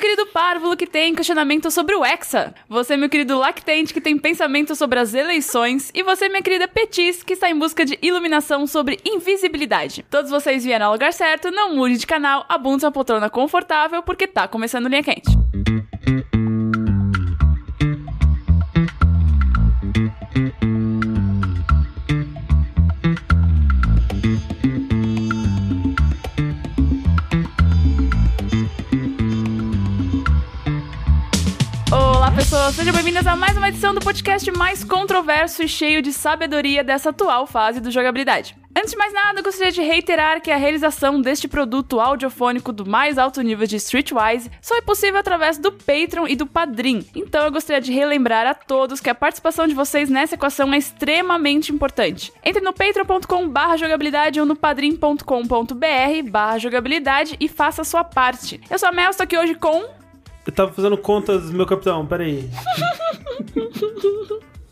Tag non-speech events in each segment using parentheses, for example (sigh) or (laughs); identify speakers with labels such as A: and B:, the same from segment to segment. A: querido Párvulo, que tem questionamento sobre o Hexa. Você, meu querido Lactente, que tem pensamento sobre as eleições. E você, minha querida Petis, que está em busca de iluminação sobre invisibilidade. Todos vocês vieram ao lugar certo, não mude de canal, abunde uma poltrona confortável, porque tá começando Linha Quente. Olá, pessoas! Sejam bem-vindas a mais uma edição do podcast mais controverso e cheio de sabedoria dessa atual fase do jogabilidade. Antes de mais nada, eu gostaria de reiterar que a realização deste produto audiofônico do mais alto nível de Streetwise só é possível através do Patreon e do Padrim. Então eu gostaria de relembrar a todos que a participação de vocês nessa equação é extremamente importante. Entre no patreon.com barra jogabilidade ou no padrim.com.br barra jogabilidade e faça a sua parte. Eu sou a Mel, estou aqui hoje com...
B: Eu tava fazendo contas, meu capitão, peraí.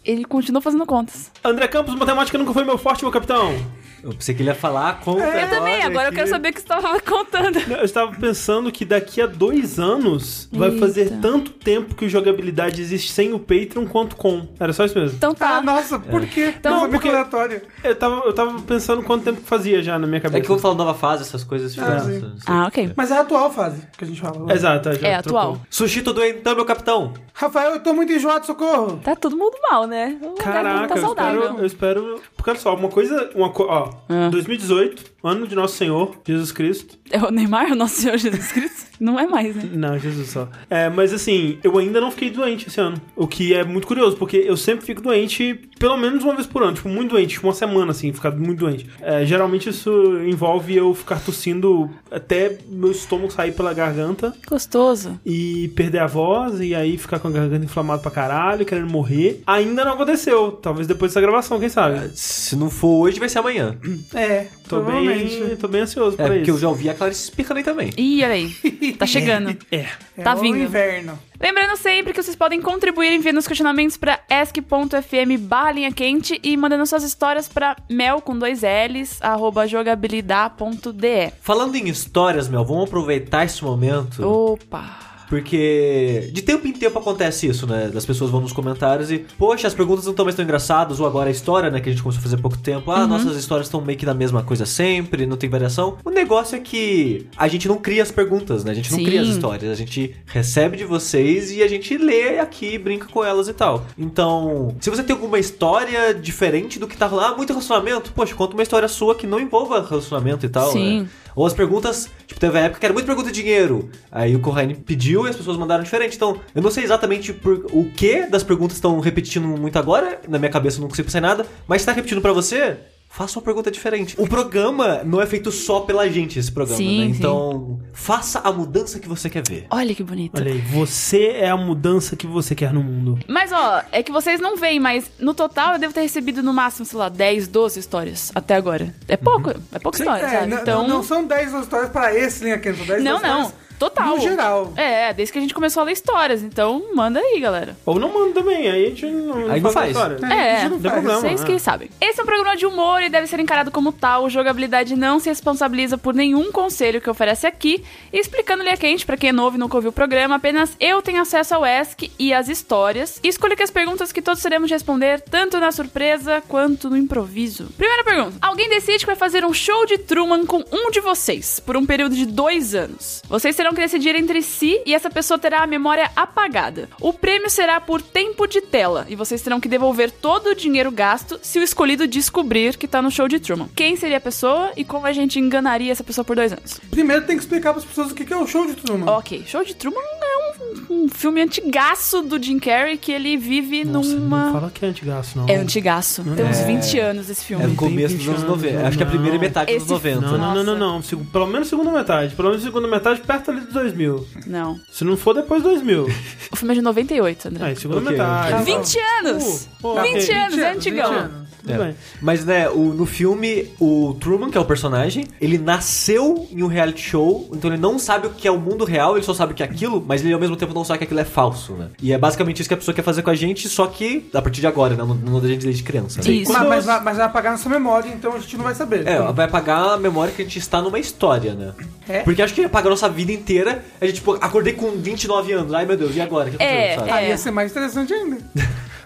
A: Ele continua fazendo contas.
B: André Campos, matemática nunca foi meu forte, meu capitão.
C: Eu pensei que ele ia falar a conta.
A: Eu também, agora eu
C: aqui.
A: quero saber o que você tava (laughs) contando.
B: Eu estava pensando que daqui a dois anos vai
A: Eita.
B: fazer tanto tempo que o jogabilidade existe sem o Patreon quanto com. Era só isso mesmo.
A: Então tá.
D: Ah, nossa, por quê?
A: Então,
D: Não,
B: porque-
D: porque... aleatório.
B: Eu tava, eu tava pensando quanto tempo que fazia já na minha
C: É
B: cabeça.
C: que quando fala nova fase, essas coisas ficam.
D: sim.
C: não sei.
A: Ah, ok.
D: Mas é a atual fase que a gente fala. agora.
B: Exato, já
A: É,
B: trocou.
A: atual.
C: Sushi, tô doente, então, meu capitão.
D: Rafael, eu tô muito enjoado, socorro!
A: Tá todo mundo mal, né? O lugar não
B: Caraca,
A: tá
B: eu espero,
A: saudável.
B: eu espero. Porque olha só, uma coisa. Uma co... Ó,
A: Ah.
B: 2018, ano de Nosso Senhor, Jesus Cristo.
A: É o Neymar, o nosso Senhor Jesus Cristo? Não é mais, né?
B: Não, Jesus só. É, mas assim, eu ainda não fiquei doente esse ano. O que é muito curioso, porque eu sempre fico doente pelo menos uma vez por ano. Tipo, muito doente. tipo, Uma semana, assim, ficar muito doente. É, geralmente isso envolve eu ficar tossindo até meu estômago sair pela garganta
A: Gostoso.
B: e perder a voz e aí ficar com a garganta inflamada pra caralho, querendo morrer. Ainda não aconteceu. Talvez depois dessa gravação, quem sabe?
C: Se não for hoje, vai ser amanhã.
D: É,
B: Tô
D: provavelmente.
B: bem, tô bem ansioso
C: É,
B: pra
C: porque eu
B: isso.
C: já ouvi a Clarice explica aí também.
A: Ih, olha aí. Tá
B: (laughs)
A: chegando.
B: É.
D: É
A: Tá
D: o
A: vindo.
D: inverno.
A: Lembrando sempre que vocês podem contribuir enviando os questionamentos pra ask.fm barra linha quente e mandando suas histórias pra mel com dois L's, arroba jogabilidade.de.
C: Falando em histórias, meu, vamos aproveitar esse momento.
A: Oh. Opa.
C: Porque de tempo em tempo acontece isso, né? Das pessoas vão nos comentários e, poxa, as perguntas não estão mais tão engraçadas, ou agora a história, né? Que a gente começou a fazer há pouco tempo.
A: Uhum.
C: Ah, nossas histórias estão meio que da mesma coisa sempre, não tem variação. O negócio é que a gente não cria as perguntas, né? A gente não
A: Sim.
C: cria as histórias. A gente recebe de vocês e a gente lê aqui, brinca com elas e tal. Então, se você tem alguma história diferente do que tá rolando, ah, muito relacionamento, poxa, conta uma história sua que não envolva relacionamento e tal.
A: Sim.
C: né? Ou as perguntas, tipo, teve a época que era muito pergunta de dinheiro. Aí o Corraine pediu e as pessoas mandaram diferente. Então, eu não sei exatamente por, o que das perguntas estão repetindo muito agora. Na minha cabeça eu não consigo pensar em nada. Mas se tá repetindo pra você, faça uma pergunta diferente. O programa não é feito só pela gente, esse programa,
A: Sim,
C: né?
A: sim.
C: Então, faça a mudança que você quer ver.
A: Olha que bonito.
B: Olha aí, você é a mudança que você quer no mundo.
A: Mas ó, é que vocês não veem, mas no total eu devo ter recebido no máximo, sei lá, 10, 12 histórias até agora. É pouco, é pouca história,
D: É,
A: sabe?
D: n-
A: Então.
D: Não são 10 histórias pra esse linha quente, são 10
A: Não, não.
D: histórias
A: Total.
D: No geral.
A: É, desde que a gente começou a ler histórias, então manda aí, galera.
B: Ou não manda também, aí a gente não,
C: Aí não faz.
B: história.
A: É,
D: isso não
B: Não tem
D: faz.
B: problema.
A: Vocês
B: né?
A: que sabem. Esse é um programa de humor e deve ser encarado como tal. O Jogabilidade não se responsabiliza por nenhum conselho que oferece aqui. E explicando-lhe a quente, pra quem é novo e nunca ouviu o programa, apenas eu tenho acesso ao ESC e às histórias. E escolho que as perguntas que todos teremos de responder, tanto na surpresa quanto no improviso. Primeira pergunta. Alguém decide que vai fazer um show de Truman com um de vocês, por um período de dois anos. Vocês terão que decidir entre si e essa pessoa terá a memória apagada. O prêmio será por tempo de tela e vocês terão que devolver todo o dinheiro gasto se o escolhido descobrir que tá no show de Truman. Quem seria a pessoa e como a gente enganaria essa pessoa por dois anos?
D: Primeiro tem que explicar pras pessoas o que que é o show de Truman.
A: É. Ok, show de Truman é um, um filme antigaço do Jim Carrey que ele vive
B: Nossa, Não
A: numa.
B: fala que é antigaço, não.
A: É antigaço. Tem uns
C: É.
A: 20 anos esse filme.
C: É no
B: tem
C: começo
B: 20
C: dos anos
B: anos,
C: 90.
B: não.
C: Acho que é a primeira metade dos né?
A: Esse-
C: anos 90.
B: Não, não, não, não,
A: Nossa.
B: não. Segu- Pelo menos segunda metade. Pelo menos segunda metade, perto ali dos 2000.
A: Não.
B: Se não for, depois (laughs) 2000.
A: O filme é de 98, André.
B: Aí, segunda
C: Ok.
B: metade.
D: Tá bom.
A: 20 anos!
B: Uh, ok.
A: 20 anos, é
D: 20
A: antigão.
D: anos.
B: tudo
C: É.
B: bem.
C: Mas, né, o- no filme, o Truman, que é o personagem, ele nasceu em um reality show, então ele não sabe o que é o mundo real, ele só sabe o que é aquilo, mas ele ao mesmo tempo não sabe que aquilo é falso, né? E é basicamente isso que a pessoa quer fazer com a gente, só que a partir de agora, né? Não, não da gente desde criança. né?
A: Sim. Isso.
D: Mas, mas,
B: Quando-
D: vai- mas vai apagar nossa memória, então a gente não vai saber.
C: É, vai apagar a memória que a gente está numa história, né?
D: É?
C: Porque acho que apagar a nossa vida inteira. A gente, tipo, acordei com 29 anos. Ai, meu Deus, e agora? O que
A: É,
C: aconteceu, sabe?
D: Ah,
A: é.
D: ia ser mais interessante ainda.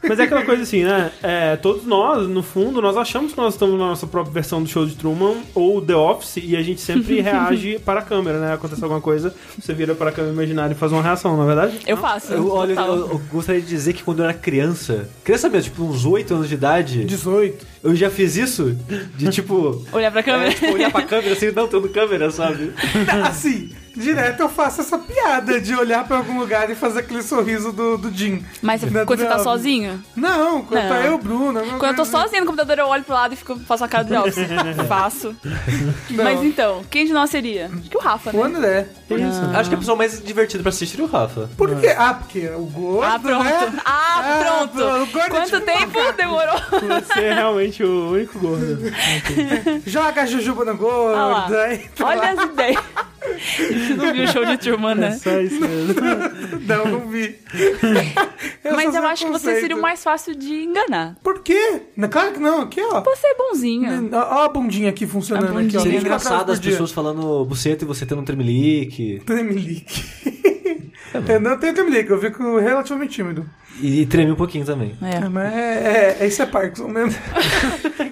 B: Mas é aquela coisa assim, né? É, todos nós, no fundo, nós achamos que nós estamos na nossa própria versão do show de Truman ou The Office e a gente
A: (laughs)
B: sempre reage para a câmera, né? Acontece alguma coisa, você vira para a câmera imaginária e faz uma reação, na verdade?
A: Eu faço.
C: Eu, olha, eu,
A: total.
C: eu gostaria de dizer que quando eu era criança, criança mesmo, tipo, uns 8 anos de idade,
A: (laughs)
D: 18.
C: eu já fiz isso de
B: (laughs)
C: tipo.
A: Olhar pra câmera.
C: é, tipo,
A: (laughs)
C: olhar pra câmera assim, não tendo câmera, sabe?
D: Assim, direto eu faço essa piada de olhar pra algum lugar e fazer aquele sorriso do, do Jim.
A: Mas
D: Né,
A: quando você tá
D: do-
A: sozinho?
D: Não, quando
A: Não.
D: tá eu, Bruno.
A: Quando eu tô sozinha no computador, eu olho pro lado e fico, faço a cara de (laughs) office. faço. Mas então, quem de nós seria? Acho que o Rafa, né?
D: O André.
B: É isso.
C: Ah. Acho que a pessoa mais divertida pra assistir é o Rafa.
D: Por quê? Ah, porque o gordo,
A: Ah, pronto.
D: né?
A: Ah,
D: Ah,
A: pronto. um
D: pronto. tipo, Agora
A: Quanto
D: eu te
A: tempo (laughs) demorou?
B: Você é (laughs) realmente o único gordo.
D: Joga a jujuba no gordo.
A: Ah lá.
D: (laughs) aí tá
A: Olha
D: lá.
A: as ideias. Não viu o show de Truman,
B: É
A: né?
B: só isso mesmo.
D: Não,
A: (laughs)
D: não vi.
A: Mas
D: só
A: eu
D: sei
A: acho que você
D: conceito.
A: seria o mais fácil de enganar.
D: Por quê? Não, Claro que não, aqui ó.
A: Você é bonzinho.
D: Ó ó a bundinha aqui funcionando
A: A bundinha.
D: aqui, ó.
C: Seria
D: 24 horas
C: engraçado
D: por
C: as
B: um
D: dia.
C: pessoas falando buceta e você tendo um tremelique.
D: Tremelique.
C: Tá
D: eu não tenho tremelique, eu fico relativamente tímido.
C: E treme um pouquinho também.
A: É.
D: Mas é, é, é, isso é Parkinson mesmo.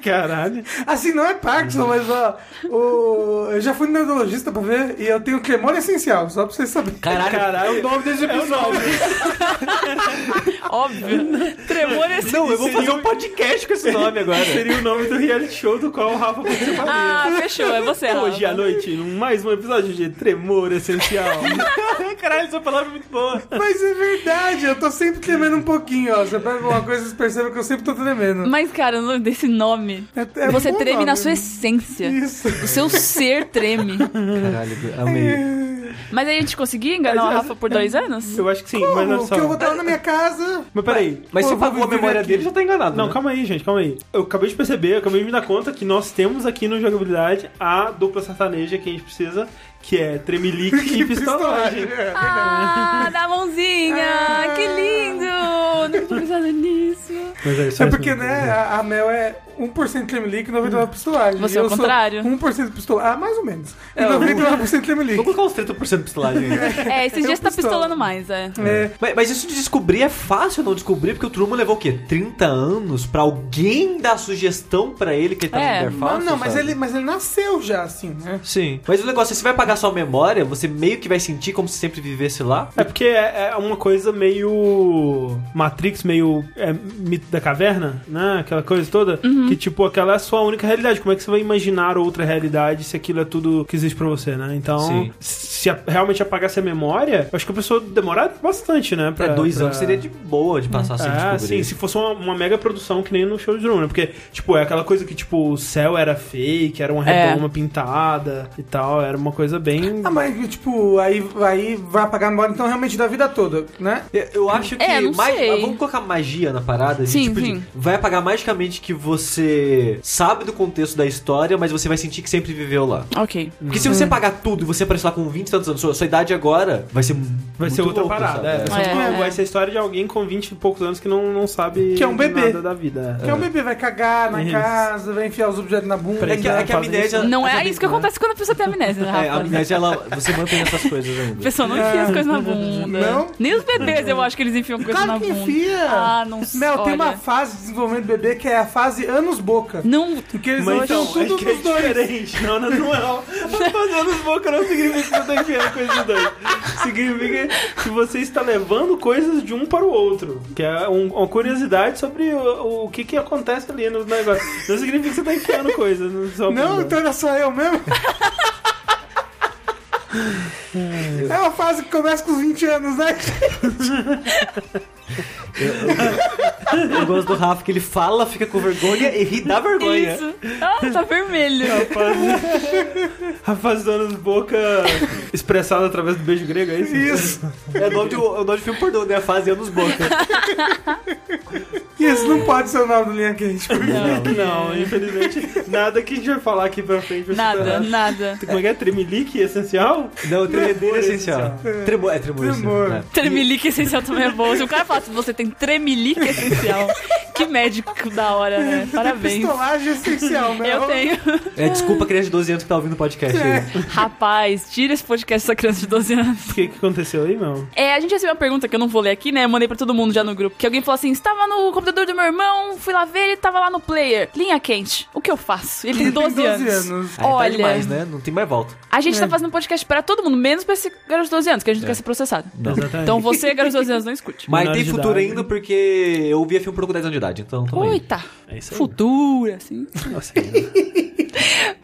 B: Caralho.
D: Assim, não é Parkinson, mas ó, o- eu já fui no neurologista pra ver e eu tenho cremônia essencial, só pra vocês saberem.
C: Caralho.
B: Caralho, o nome desse episódio. É o nome.
A: Óbvio. Tremor esse.
C: Não, eu vou fazer
B: Seria
C: um podcast com esse
B: (laughs)
C: nome agora.
B: Seria o nome do reality show do qual o Rafa
C: (laughs)
B: participaria.
A: Ah, fechou. É você,
B: Hoje à
A: Rafa.
B: noite, mais um episódio de Tremor Essencial.
C: (laughs) Caralho, essa palavra é muito boa.
D: Mas é verdade, eu tô sempre tremendo um pouquinho, ó. Você pega alguma coisa, vocês percebem que eu sempre tô tremendo.
A: Mas, cara, o nome desse nome.
D: É- é
A: você
D: bom
A: treme
D: nome.
A: na sua essência.
D: Isso.
A: O seu ser treme.
C: Caralho, amei.
A: Mas aí a gente conseguiu enganar o
B: Mas-
A: Rafa por dois anos?
B: Eu acho que sim, mas não é
D: Como?
B: só.
D: Porque eu vou estar lá na minha casa.
B: Mas peraí.
C: Mas se
D: Pô, vou
C: pagou a
D: viver
C: memória
D: aqui.
C: dele, já tá enganado.
B: Não,
C: né?
B: calma aí, gente, calma aí. Eu acabei de perceber, eu acabei de me dar conta que nós temos aqui no Jogabilidade a dupla sertaneja que a gente precisa, que é
C: (laughs)
B: Tremelique e Pistolagem.
D: É.
A: Ah, da mãozinha!
D: Ah.
A: Que lindo! Não tinha pensado nisso.
B: Mas é Hum. isso
D: É
B: aí,
D: porque,
B: isso
D: né, a, a Mel é 1% Kremlin e 99% pistolagem.
A: Você
D: E
A: é o
D: eu sou
A: contrário.
D: 1% pistolagem. Ah, mais ou menos. E
C: É, eu-
D: 99% Kremlin.
C: Vou colocar uns 30% de pistolagem
B: (laughs)
C: aí.
A: É, esses
D: Eu
A: dias você tá
D: pistola.
A: pistolando mais, é.
D: É.
C: Mas, mas isso de descobrir é fácil não descobrir, porque o Truman levou o quê? 30 anos pra alguém dar sugestão pra ele que ele tá
A: É,
C: num lugar fácil?
D: não, não, mas
C: sabe?
D: ele, mas ele nasceu já, assim, né?
C: Sim. Mas o negócio é, você vai pagar sua memória, você meio que vai sentir como se sempre vivesse lá.
B: É porque é, é uma coisa meio. Matrix, meio. é, mito da caverna, né? Aquela coisa toda. Que, tipo, aquela é a sua única realidade. Como é que você vai imaginar outra realidade se aquilo é tudo que existe pra você, né? Então,
C: Sim.
B: se a- realmente apagasse a memória, eu acho que a pessoa demoraria bastante, né?
C: Pra É, dois
B: pra-
C: anos seria de boa de passar sem
B: Ah, sim,
C: descobrir.
B: se fosse uma, uma mega produção que nem no show de Drone, né? Porque, tipo, é aquela coisa que, tipo, o céu era fake, era uma
A: É.
B: redoma pintada e tal, era uma coisa bem.
D: Ah, mas, tipo, aí, aí vai apagar a memória, então, realmente, da vida toda, né?
C: Eu- Eu acho que
A: É, não
C: mais-
A: sei.
C: vamos colocar magia na parada. de,
A: Sim,
C: tipo, de-
A: sim.
C: vai apagar magicamente que você sabe do contexto da história, mas você vai sentir que sempre viveu lá.
A: Ok.
C: Porque se você pagar tudo e você aparecer lá com 20 e tantos anos, sua, sua idade agora vai ser
B: Vai ser outra parada, é. Vai, ser,
A: É,
B: uma-
A: é.
B: vai ser a história de alguém com 20 e poucos anos que não, não sabe
D: Que é um bebê.
B: nada da vida.
D: Porque o bebê vai cagar na
B: Isso.
D: casa, vai enfiar os objetos na bunda.
C: É que, é que a
B: Fazem
C: amnésia.
A: Não é
C: essa
A: isso que
C: amnésia-
A: acontece quando a pessoa tem amnésia, né,
C: É, a
A: Rafa?
C: amnésia, ela, você mantém essas coisas
A: A
C: ainda.
A: pessoa não enfia as coisas na bunda.
D: Ah. Não?
A: Nem os bebês, eu acho que eles enfiam coisas na
D: Claro que
A: bunda.
D: enfia!
A: Ah, não sei.
D: Mel, tem
A: olha.
D: uma fase de desenvolvimento do bebê que é a fase anos boca.
A: Não.
D: Em que eles
B: Mas
D: enfiam
B: então,
D: tudo
B: é que é
D: nos dois.
B: diferente. Não, não, não é. Fazendo os boca não significa que você tá enfiando coisas dos dois. Significa que você está levando coisas de um para o outro. Que é um- uma curiosidade sobre o, o que, que acontece ali nos negócios. Não significa que você tá enfiando coisas no seu
D: Não, então era só eu mesmo. É uma fase que começa com os 20 anos, né?
C: Eu gosto É do Rafa, que ele fala, fica com vergonha e ri da é vergonha.
A: Isso. Ah, tá vermelho.
B: Rapaz dando boca expressada através do beijo grego, é isso?
D: Isso.
C: É o nome de, é o nome de filme pornô, né? A fase anos boca.
D: Isso não pode ser o nome do Linha Quente.
B: Não, infelizmente, nada que a gente vai falar aqui pra frente vai
A: Nada,
B: superar.
A: nada.
B: Como é que é? Tremelique essencial?
C: Não, o tremor dele é essencial.
B: assim,
D: essencial.
C: Tremor, é tremor. isso,
D: Tremor.
C: né?
A: Tremelique essencial também é bom. Se o cara fala se você tem tremelique essencial, que médico da hora, né? Parabéns.
D: Pistolagem essencial, né?
A: Eu tenho.
C: É, desculpa a criança de 12 anos que tá ouvindo o podcast aí.
A: Rapaz, tira esse podcast dessa criança de 12 anos.
B: O que, que aconteceu aí, meu?
A: É, a gente recebeu uma pergunta que eu não vou ler aqui, né? Eu mandei pra todo mundo já no grupo. Que alguém falou assim: estava no computador do meu irmão, fui lá ver, ele tava lá no player. Linha quente, o que eu faço? Ele tem 12, anos.
C: Aí
A: É. Olha.
C: tá demais, né? Não tem mais volta.
A: A gente tá fazendo podcast pra todo mundo, menos pra esse garoto de 12 anos, que a gente É. não quer ser processado.
C: Não.
B: Exatamente.
A: Então você, garoto de 12 anos, não escute.
C: Mas
B: Menor
C: tem
B: de
C: futuro
B: idade.
C: ainda porque eu via filme por 10 anos de idade, então tamo aí.
A: Oita!
B: É isso aí.
A: Futura, assim.
B: Nossa, né? cara.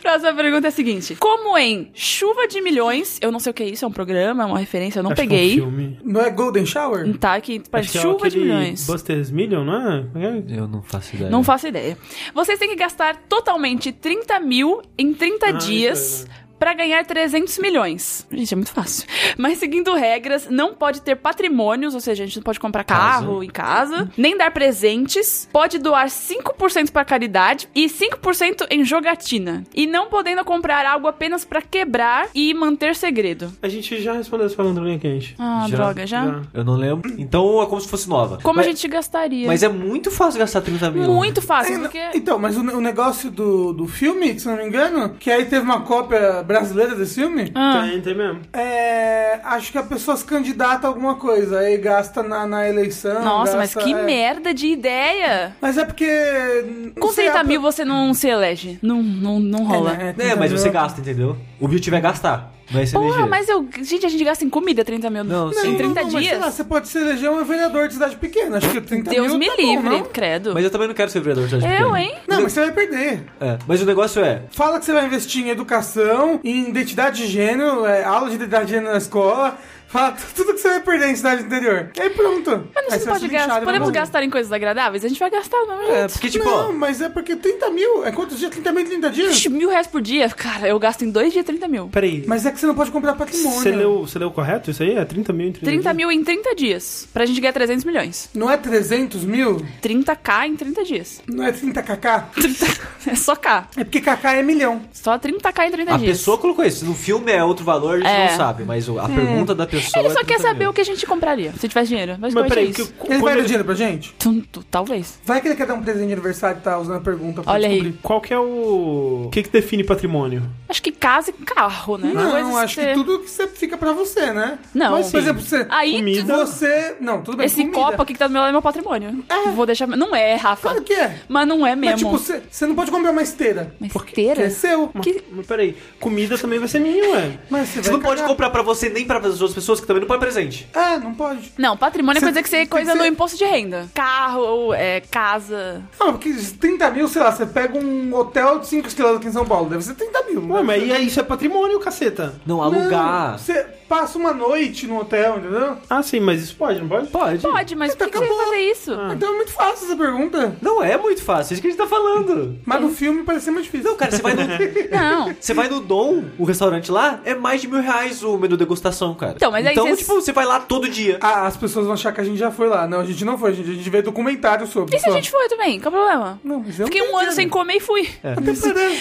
A: Próxima pergunta é a seguinte: Como em Chuva de Milhões, eu não sei o que é isso, é um programa, é uma referência, eu não
B: Acho que é um
A: peguei.
B: filme.
D: Não é Golden Shower?
A: Tá aqui, pra
B: Acho que é
A: Chuva de
B: aquele
A: Milhões.
B: Buster's Million, não é?
C: Eu não faço ideia.
A: Não faço ideia. Vocês têm que gastar totalmente 30 mil em 30
B: Ah,
A: dias.
B: isso aí,
A: Pra ganhar 300 milhões. Gente, é muito fácil. Mas seguindo regras, não pode ter patrimônios, ou seja, a gente não pode comprar
C: Casa.
A: carro em casa, nem dar presentes, pode doar 5% pra caridade e 5% em jogatina. E não podendo comprar algo apenas pra quebrar e manter segredo.
B: A gente já respondeu essa pergunta linha quente.
A: Ah,
C: Já,
A: droga, já?
C: Eu não lembro. Então é como se fosse nova.
A: Como
C: mas,
A: a gente gastaria?
C: Mas é muito fácil gastar 30 mil.
A: Muito fácil,
D: Ainda-
A: porque...
D: Então, mas o, ne- o negócio do, do filme, se não me engano, que aí teve uma cópia brasileira desse filme,
A: Ah.
B: Tem, tem Tá, mesmo.
D: é, acho que a pessoa se candidata a alguma coisa, aí gasta na, na eleição.
A: Ah, Nossa, mas
D: gasta-
A: que
D: é.
A: merda de ideia!
D: Mas é porque. não
A: Com
D: sei,
A: 30
D: a-
A: mil você não se elege. Não, não, não rola.
D: né?
C: É, mas
D: 30
C: você
D: mil.
C: gasta, entendeu? O objetivo é gastar. Não é se
A: Porra,
C: eleger.
A: mas eu. Gente, a gente gasta em comida 30 mil
C: Não, sim.
A: em
D: Não,
A: 30
D: não, mas sei
A: dias.
D: lá, você pode se eleger um vereador de cidade pequena. Acho que 30
A: Deus
D: mil
A: me
D: tá bom,
A: livre,
D: não?
A: credo.
C: Mas é eu também não quero ser vereador de cidade
A: eu,
C: pequena.
A: hein?
D: Não, mas você vai perder.
C: É, mas o negócio é.
D: Fala que você vai investir em educação, em identidade de gênero, é, aula de identidade de gênero na escola. Fala tu- tudo que você vai perder em cidade interior. E aí pronto.
A: Mas não se
D: Aí você vai
A: pode
D: ser
A: gastar.
D: linchado,
A: Podemos
D: né?
A: gastar em coisas agradáveis? A gente vai gastar, não
C: É,
A: é?
C: porque, tipo,
D: não,
C: ó,
D: mas é porque 30 mil. É quantos dias? 30 mil em 30 dias?
A: Ixi, Mil reais por dia? Cara, eu gasto em dois dias 30 mil.
B: Peraí.
D: Mas é que você não pode comprar patrimônio.
B: Você leu, você leu correto isso aí? É 30 mil em 30,
A: 30
B: dias?
A: mil em 30 dias. Pra gente ganhar 300 milhões.
D: Não é 300 mil?
A: 30k em 30 dias. (laughs)
D: Não é 30 kk?
A: 30... É só K.
D: É porque kk é milhão.
A: Só 30k em 30
C: a
A: dias.
C: pessoa colocou isso. No filme é outro valor, a gente
A: É.
C: não sabe. Mas o- a pergunta da pessoa.
A: Ele só
C: é
A: quer
C: 30
A: saber
C: mil.
A: o que a gente compraria. Se tivesse dinheiro.
B: Mas
A: Basicamente é
B: peraí, que,
A: isso.
D: Ele
B: quando
D: vai dar
B: ele-
D: dinheiro pra gente?
A: Tum, tum, Talvez.
D: Vai que ele quer dar um presente de aniversário e tá usando a pergunta pra
A: Olha aí.
D: descobrir.
B: qual que é o... O que, que define patrimônio?
A: Acho que casa e carro, né? Coisas
D: Não, acho que
A: você-
D: tudo que você fica pra você, né?
A: Não.
D: Mas, por
A: Sim.
D: exemplo, você...
A: Aí,
B: Comida.
D: Você... Não, tudo bem,
A: Esse
D: comida.
A: copo aqui que tá do meu lado é meu patrimônio. Vou deixar. Não é, Rafa.
D: Claro que é.
A: Mas não é
D: Mas,
A: mesmo.
D: tipo, você, você não pode comprar uma esteira.
A: Mas
D: Que é
A: esteira?
D: seu.
B: Mas,
A: Que-
B: mas peraí, comida também vai ser minha, ué.
D: Mas
C: Você
D: você, vai
C: não pode
D: cagar.
C: comprar pra você nem pra as outras pessoas que também não põe presente.
D: É, não pode.
A: Não, patrimônio é
D: Você-
A: coisa que você
D: tem que
A: coisa no
D: ser-
A: imposto de renda. Carro, é, casa.
D: Não, porque 30 mil, sei lá, você pega um hotel de 5 estrelas aqui em São Paulo. Deve ser 30 mil.
B: Ué,
D: né?
B: mas e aí, isso é patrimônio, caceta.
C: Não,
D: Não,
C: alugar.
D: Você passa uma noite no hotel, entendeu?
B: Ah, sim, mas isso pode, não pode?
C: Pode.
A: Pode, mas por
D: Então
A: que, que você vai
D: acabou.
A: fazer isso?
C: Ah.
D: Então é muito fácil essa pergunta.
C: Não é muito fácil, é isso que a gente tá falando.
D: Mas no filme parecia mais difícil.
C: Não, cara, você vai
D: (laughs)
C: no.
D: Ah.
A: Não.
C: Você vai no Dom, o restaurante lá, é mais de mil reais o menu degustação, cara.
A: Então, mas aí
C: Então,
A: cês-
C: tipo, você vai lá todo dia.
D: Ah, as pessoas vão achar que a gente já foi lá. Não, a gente não foi, gente. A gente vê documentário sobre.
A: E se a
D: só.
A: gente foi também? Qual o problema?
D: Não, mas eu
A: Fiquei
D: não É.
A: um ano
D: quero.
A: sem comer e fui.
D: Até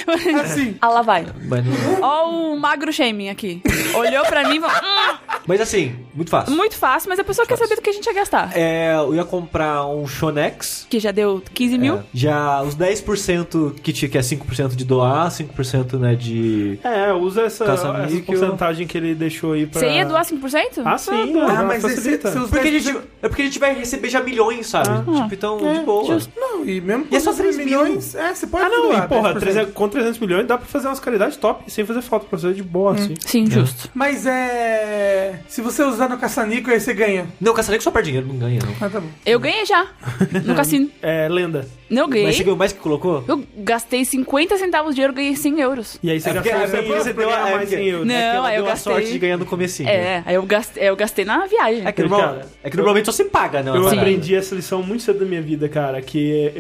D: parece.
A: (laughs)
D: Assim.
A: Ah, lá vai.
C: Mas, não-
A: Ó o magro shaming aqui. Olhou pra mim e falou... "Hum,
C: mas assim, muito fácil.
A: muito fácil, mas a pessoa quer saber do que a gente ia gastar.
C: É, eu ia comprar um Shonex.
A: Que já deu 15 mil.
C: É, já os 10% que, tinha, que é 5% de doar, 5% né, de.
B: É, usa essa,
C: Caça-níquel.
B: essa porcentagem que ele deixou aí pra...
A: Você ia doar 5%?
B: Ah, sim,
D: Ah,
B: ué,
D: mas esse,
B: facilita.
D: seus
C: Porque a
D: 10
C: gente, é porque a gente vai receber já milhões, sabe?
A: Ah.
C: tipo, então,
A: É,
C: de boa.
D: Não, e mesmo com
C: E é só
D: 3
C: 3 mil.
D: milhões, é, você pode
B: Ah, não,
D: doar
B: e porra,
D: 10%.
C: Hum.
B: 300 com 300 milhões dá pra fazer umas caridades top sem fazer falta pra você de boa, assim.
A: Sim, justo.
D: Mas é, é. Se você usar no caçanico, aí você ganha.
C: Não, caçaneco só perde dinheiro, não ganha, não.
D: Ah, tá bom.
A: Eu ganhei já. No cassino.
B: É, lenda.
A: Não
C: Mas você
A: ganhei.
C: ganhou mais que colocou?
A: Eu gastei 50 centavos de euro, ganhei 100 euros.
B: E aí você
C: É porque-
B: gastou
C: é porque
B: cem
C: você
B: pra
C: deu a-
B: ganhar
C: é
B: mais
C: porque-
B: 100 euros.
A: Não,
C: é que ela
A: aí eu
C: deu
A: gastei.
C: a sorte de ganhar no comecinho.
A: É, aí eu gastei, eu gastei na viagem.
C: É que,
B: Cara,
C: normal- é que normalmente só se paga, né? uma
B: Eu
C: parada.
B: aprendi essa lição muito cedo da minha vida, cara, que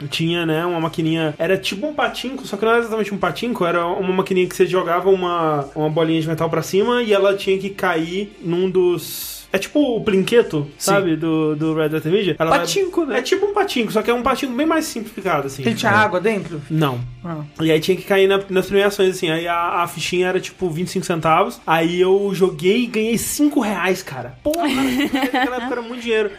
B: eu tinha, né, uma maquininha, era tipo um patinco, só que não era exatamente um patinco, era uma maquininha que você jogava uma, uma bolinha de metal pra cima e ela tinha que cair num dos... É tipo o plinqueto, sabe, do, do Red Dead Redemption. Ela vai-
C: Patinco, né?
B: É tipo um patinco, só que é um patinco bem mais simplificado, assim.
D: Ele tinha
A: É.
D: água dentro?
B: Não.
D: Ah.
B: E aí tinha que cair na- nas premiações, assim. Aí a, a fichinha era tipo 25 centavos. Aí eu joguei e ganhei 5 reais, cara. Porra, (laughs) cara, naquela época era muito dinheiro.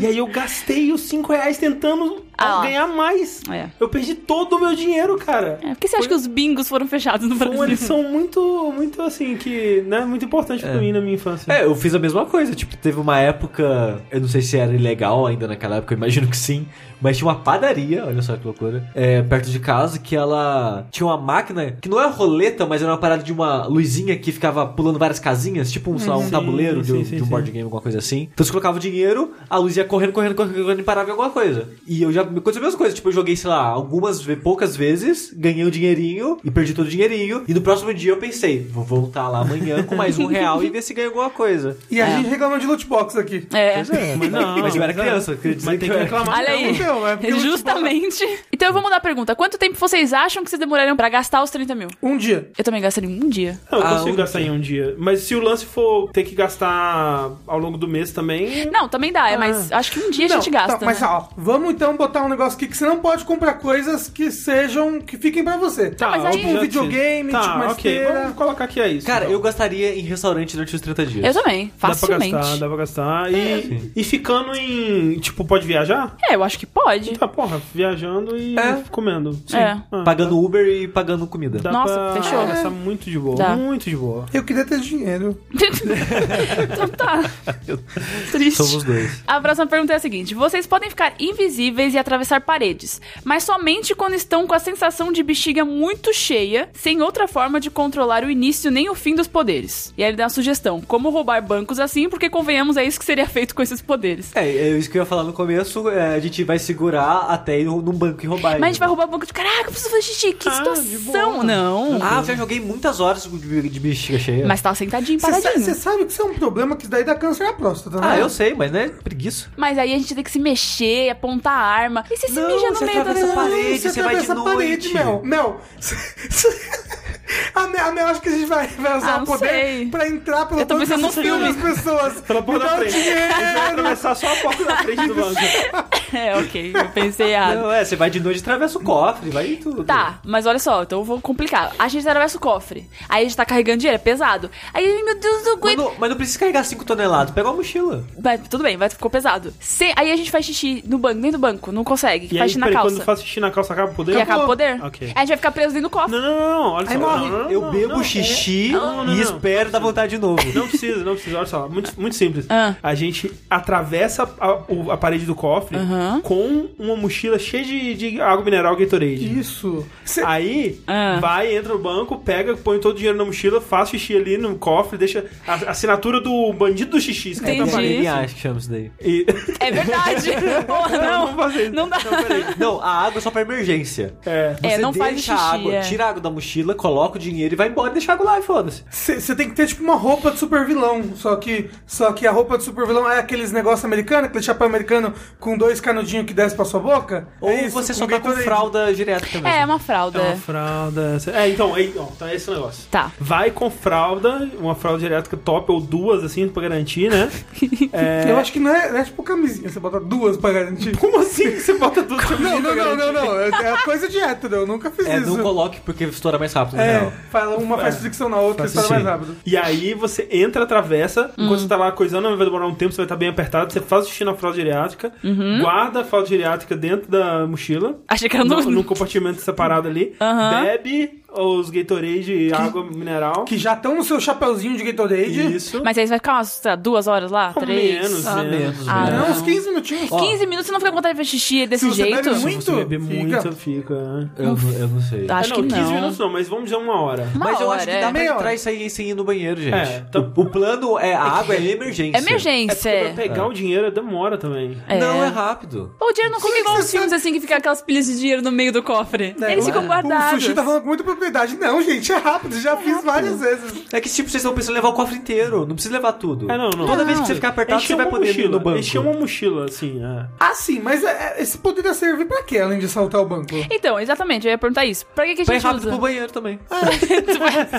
B: E aí eu gastei os 5 reais tentando
A: Ah, lá.
B: ganhar mais.
A: É.
B: Eu perdi todo o meu dinheiro, cara.
A: É, por que você acha que os bingos foram fechados no
B: Foi um uma
A: Brasil?
B: lição muito, muito assim, que, né, muito importante pra mim na minha infância.
C: É, eu fiz a mesma coisa. Tipo, teve uma época, eu não sei se era ilegal ainda naquela época, eu imagino que sim, mas tinha uma padaria, olha só que loucura, é, perto de casa, que ela tinha uma máquina, que não é roleta, mas era uma parada de uma luzinha que ficava pulando várias casinhas, tipo um, sei lá, um
B: Sim,
C: tabuleiro de, um-
B: sim, sim,
C: de um
B: sim.
C: board game, alguma coisa assim. Então você colocava o dinheiro, a luz ia correndo, correndo, correndo, correndo e parava em alguma coisa. E eu já aconteceu a mesma coisa, tipo, eu joguei, sei lá, algumas, ve- poucas vezes, ganhei o dinheirinho e perdi todo o dinheirinho, e no próximo dia eu pensei, vou voltar lá amanhã com mais um real e ver se ganha alguma coisa.
D: E a
A: É.
D: gente reclamou de loot box aqui.
A: É. (laughs)
B: Mas não.
C: Mas eu era criança, eu queria dizer
B: Mas
C: que
B: tem
C: eu
B: que
C: era-
B: reclamar.
A: Olha aí.
D: Então, é porque loot box-
A: Justamente. Então eu vou mudar a pergunta. Quanto tempo vocês acham que vocês demorariam pra gastar os 30 mil?
D: Um dia.
A: Eu também gastaria em um dia.
B: Não, eu
C: Ah,
B: consigo
C: um
B: gastar em um dia. Mas se o lance for ter que gastar ao longo do mês também.
A: Não, também dá, é, mas acho que um dia a gente
D: Não,
A: gasta.
D: tá, mas
A: né?
D: ó, vamos então botar um negócio aqui que você não pode comprar coisas que sejam. que fiquem pra você.
B: Tá,
A: mas aí-
B: ok,
A: Um
B: já
D: videogame,
B: sei. tá,
D: tipo uma
B: ok,
D: esteira.
B: Vamos colocar que é isso.
C: Cara,
B: então.
C: eu gastaria em restaurante durante os 30 dias.
A: Eu também,
B: Dá pra
A: facilmente.
B: gastar, dá pra gastar.
C: sim.
B: E, e ficando em. Tipo, pode viajar?
A: É, eu acho que pode. (laughs)
B: Tá, porra, viajando e
D: É.
B: comendo. Sim.
A: É.
B: Ah,
C: Pagando Uber e pagando comida.
B: dá
A: Nossa,
B: pra
A: fechou.
B: gastar muito de boa.
A: Dá.
B: Muito de boa.
D: Eu queria ter dinheiro.
A: então tá. Triste.
C: Somos dois.
A: A próxima pergunta é a seguinte: vocês podem ficar invisíveis e atravessar paredes, mas somente quando estão com a sensação de bexiga muito cheia, sem outra forma de controlar o início nem o fim dos poderes. E aí ele dá uma sugestão: como roubar bancos assim, porque convenhamos, é isso que seria (laughs) feito com esses poderes.
C: É, é isso que eu ia falar no começo. é, a gente vai segurar até ir num banco e roubar.
A: Mas a gente vai
C: entendeu?
A: roubar banco de caraca, eu preciso fazer xixi, que
B: Ah, de
A: situação!
B: boa.
A: Não.
C: Ah, eu já joguei muitas horas de, de bexiga cheia.
A: Mas tava sentadinho,
D: Você sa-
A: paradinho.
D: você sabe que isso é um problema que isso daí dá câncer na próstata, né?
C: Ah, eu sei, mas né? Preguiça.
A: Mas aí a gente tem que se mexer, apontar a arma. E se se
C: Não,
A: mija no
C: você
A: meio da
C: atravessa a parede. você vai
D: atravessa
C: de
D: a parede,
C: noite.
D: Mel. Mel. (laughs) A Mel, a Mel, acho que a gente vai, vai
A: Ah,
D: usar
A: não
D: o poder
A: sei.
D: pra entrar pelo
A: Eu tô
D: todos
A: pensando
D: os
A: no
D: filmes das pessoas.
B: Pela
D: Me
B: porta
D: dá
A: um
B: da
D: o
B: frente. A gente vai
D: dinheiro.
B: atravessar só a porta da frente
A: (laughs)
B: do banco.
A: (laughs) É, ok, eu pensei errado.
C: Não, é, você vai de noite e atravessa o cofre, vai e tudo.
A: Ah. Tá, mas olha só, então eu vou complicar. A gente atravessa o cofre. Aí a gente tá carregando dinheiro, é pesado. Aí, meu Deus, eu
C: Mas
A: aguento.
C: não, mas não precisa carregar 5 toneladas, pega uma mochila.
A: Mas tudo bem, vai, ficou pesado. Se- aí a gente faz xixi no banco, dentro do banco, não consegue.
B: E
A: faz
B: aí,
A: xixi na
B: peraí, quando
A: calça.
B: faz xixi na calça, acaba o poder?
A: E acaba o poder. É
B: Ok.
A: Aí a gente vai ficar preso dentro do cofre.
B: Não, não, não, não, olha
D: Aí
B: só.
D: morre.
B: Não, não,
C: eu
B: não,
C: bebo
B: não,
C: xixi
B: Não, não,
C: e
B: não.
C: espero dar vontade de novo.
B: Não precisa, não precisa. Olha só, muito, muito simples.
A: Ah.
B: A gente atravessa a, o- a parede do cofre
A: Aham.
B: com uma mochila cheia de, de água mineral Gatorade.
D: Isso. Você-
B: (laughs) Aí
A: Ah.
B: vai, entra no banco, pega, põe todo o dinheiro na mochila, faz xixi ali no cofre, deixa a a assinatura do bandido do xixi escrito na
A: Entendi.
B: parede.
C: Ele acha que chama isso daí.
B: E... (laughs)
A: É verdade. Porra,
B: Não,
A: não.
B: vou fazer isso.
A: Não dá.
C: Não, a água é só pra emergência.
B: É.
A: É,
C: Você
A: não
C: deixa
A: faz o
C: a
A: xixi,
C: água,
A: é.
C: tira a água da mochila, coloca o dinheiro e vai embora e deixa a água lá e foda-se.
D: Você você tem que ter tipo uma roupa de super vilão. Só que, só que a roupa de super vilão é aqueles negócios americanos, aquele chapéu americano com dois canudinhos que desce pra sua boca.
C: Ou
D: É isso,
C: você só tá com
D: Gatorade.
C: fralda direto também.
A: É, é uma fralda.
B: É uma fralda. É, então, é, ó, então é esse o negócio.
A: Tá.
B: Vai com fralda, uma fralda geriátrica top ou duas, assim, pra garantir, né? É,
D: Eu acho que não é, não é tipo camisinha, você bota duas pra garantir.
B: Como assim que você bota duas
D: (laughs) Não,
B: camisetas
D: não, não,
B: garantidas?
D: não, não. É é coisa de hétero, eu nunca fiz
C: É,
D: isso.
C: não coloque porque estoura mais rápido, na
D: É,
C: real.
D: fala uma faz
B: É.
D: fricção na outra e
C: Faz
D: fala mais
C: sim.
D: rápido.
B: E aí você entra, atravessa, enquanto você tá lá coisando, vai demorar um tempo, você vai estar bem apertado, você faz o xixi na fralda geriátrica, guarda a fralda geriátrica dentro da mochila,
A: Achei que era
B: no,
A: no.
B: num compartimento separado ali,
A: Aham.
B: bebe os Gatorade e água mineral.
D: Que é já estão no seu chapeuzinho de Gatorade.
B: Isso.
A: Mas aí você vai ficar umas sei lá, duas horas lá? Três?
B: menos,
A: Ah,
B: menos.
A: Ah,
B: menos.
D: Não,
A: não.
D: uns 15 minutinhos.
C: Ó,
A: 15 minutos você não fica com vontade de xixi desse
D: você
A: jeito?
D: bebe
B: Se você
D: muito,
B: beber
D: fica.
B: muito, fica. né?
C: Eu, eu não sei.
A: Tá. Acho
B: Ah, não,
A: que
B: 15
A: não.
B: minutos não, mas vamos dizer uma hora.
A: Uma
C: Mas eu
A: hora,
C: acho que
A: é.
C: dá pra
D: Meia
C: entrar
D: hora.
C: e sair sem ir no banheiro, gente.
B: É, então-
C: o, o plano é a água, é emergência.
A: É emergência.
B: É porque pra pegar o dinheiro demora também.
A: É.
C: Não, é rápido.
A: Pô, O dinheiro não
D: Como
A: fica
D: é que
A: igual
D: você
A: os filmes,
D: sabe- Né,
A: assim, que fica aquelas pilhas de dinheiro no meio do cofre. Eles ficam
D: O
A: guardados.
D: sushi tá falando com muita propriedade. Não, gente, é rápido, já fiz várias vezes.
C: É que, tipo, vocês estão pensando em levar o cofre inteiro. Não precisa levar tudo.
B: É, não, não.
C: Toda vez que
A: Não.
C: você ficar apertado,
B: Encher
C: você vai
B: uma
C: poder ir
B: mochila.
C: no banco.
B: Encher uma mochila, assim, é.
D: Ah, sim, mas é, é, esse poderia servir pra quê, além de saltar o banco?
A: Então, exatamente, eu ia perguntar isso. Pra que, que a
C: Vai
A: gente
C: rápido pro
A: usa?
C: banheiro também.
B: É,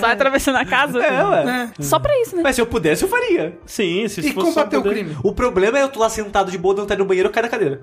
A: (laughs) Sai atravessando a casa?
C: É, ué.
D: É.
A: Só pra isso, né?
C: Mas se eu pudesse, eu faria.
B: Sim, se
D: E
B: fosse só
D: combater o
B: poder-
D: crime.
C: O problema é eu tô lá sentado de boa, não tá no banheiro, eu caio da cadeira.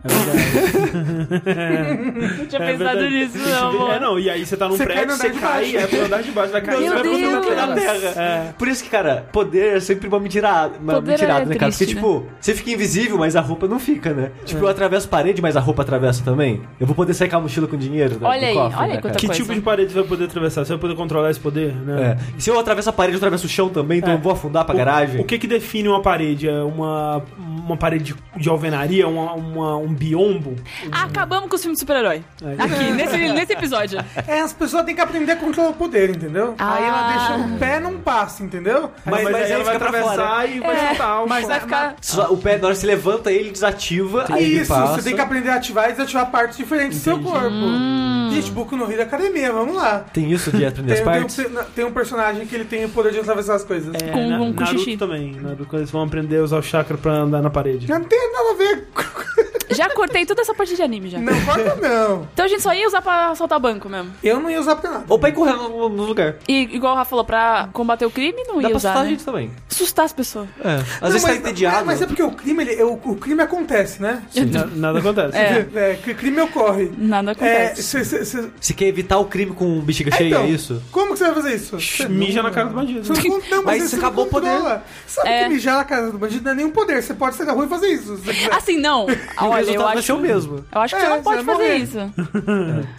A: Não tinha
B: É
A: pensado
B: verdade.
A: nisso,
B: Tem que
A: não,
B: ver-
A: amor.
B: É, não, e aí você tá num
D: Você cai
B: prédio,
D: no
B: você
D: andar de
B: cai,
D: baixo.
B: é pro andar de baixo, vai cair,
A: Meu
B: você vai
A: Deus.
B: pro andar
D: Nossa.
B: da terra. É.
C: Por isso que, cara, poder é sempre uma mentirada, uma
A: Poder
C: mentirada
A: é
C: né, cara? Porque,
A: triste,
C: tipo, você fica invisível, mas a roupa não fica, né? Tipo, eu
B: É.
C: atravesso parede, mas a roupa atravessa também. Eu vou poder sair com a mochila com dinheiro. né,
A: Olha
C: do
A: aí,
C: cofre,
A: olha
C: né,
A: aí quanta
C: cara?
B: Que
A: coisa.
B: tipo de parede você vai poder atravessar? Você vai poder controlar esse poder? Né?
C: É. E se eu atravesso a parede, eu atravesso o chão também, então
B: É.
C: eu vou afundar pra garagem.
B: O que que define uma parede? É uma, uma parede de alvenaria? Uma, uma- um biombo?
A: Ah, Acabamos com os filmes de super-herói. Aqui, nesse, nesse episódio.
D: É, as pessoas têm que aprender a controlar o poder, entendeu?
A: Ah.
D: Aí ela deixa o pé num passo, entendeu?
C: Mas- mas aí
B: ela vai
C: fica pra
B: atravessar
C: fora.
B: e vai chutar. o-
A: É, Mas vai ficar...
C: Só- o pé, na hora que você levanta ele, desativa, aí ele
D: Isso,
C: passa.
D: você tem que aprender a ativar e desativar partes diferentes do seu corpo.
A: Hum.
D: Gente, Boku no Rio da Academia, vamos lá.
C: Tem isso de aprender
D: (laughs) Tem,
C: as
D: tem um,
C: partes?
D: pe- tem um personagem que ele tem o poder de atravessar as coisas.
B: É,
A: Com-
B: na-
A: com
B: Naruto
A: xixi.
B: também. Naruto, quando eles vão aprender a usar o chakra pra andar na parede.
D: Já não tem nada a ver. (laughs)
A: Já cortei toda essa parte de anime, já.
D: Não, corta
C: (laughs)
D: não.
A: Então a gente só ia usar pra soltar banco mesmo.
D: Eu não ia usar pra nada.
C: Ou pra ir correndo no, no lugar.
A: E igual o Rafa falou, pra combater o crime, não
C: Dá
A: ia
C: pra
A: usar,
C: assustar a
A: né?
C: gente também.
A: Assustar as pessoas.
C: É. Às vezes tá entediado.
D: Mas é porque o crime, ele, o, o crime acontece, né?
B: Na- nada acontece.
A: É.
D: É, que crime ocorre.
A: Nada
D: É,
A: acontece.
D: cê- cê- cê-
C: Você quer evitar o crime com bexiga
D: É,
C: cheia,
D: então,
C: é isso?
D: Como que você vai fazer isso?
A: É.
D: Você
B: Mija
D: não-
B: na cara do bandido.
D: Você não, não,
C: Mas
D: mas
C: você
D: você não
C: acabou o poder.
D: controla. Sabe
A: É.
D: que mijar na cara do bandido não é nenhum poder. Você pode sair da rua e fazer isso. se você
C: (laughs)
D: quiser.
A: Assim, não.
C: E o
A: Olha, eu
C: resultado vai ser
A: acho...
C: o mesmo.
A: Eu acho que
D: É,
A: você não
D: você
A: pode
D: vai
A: fazer
D: morrer.
A: isso.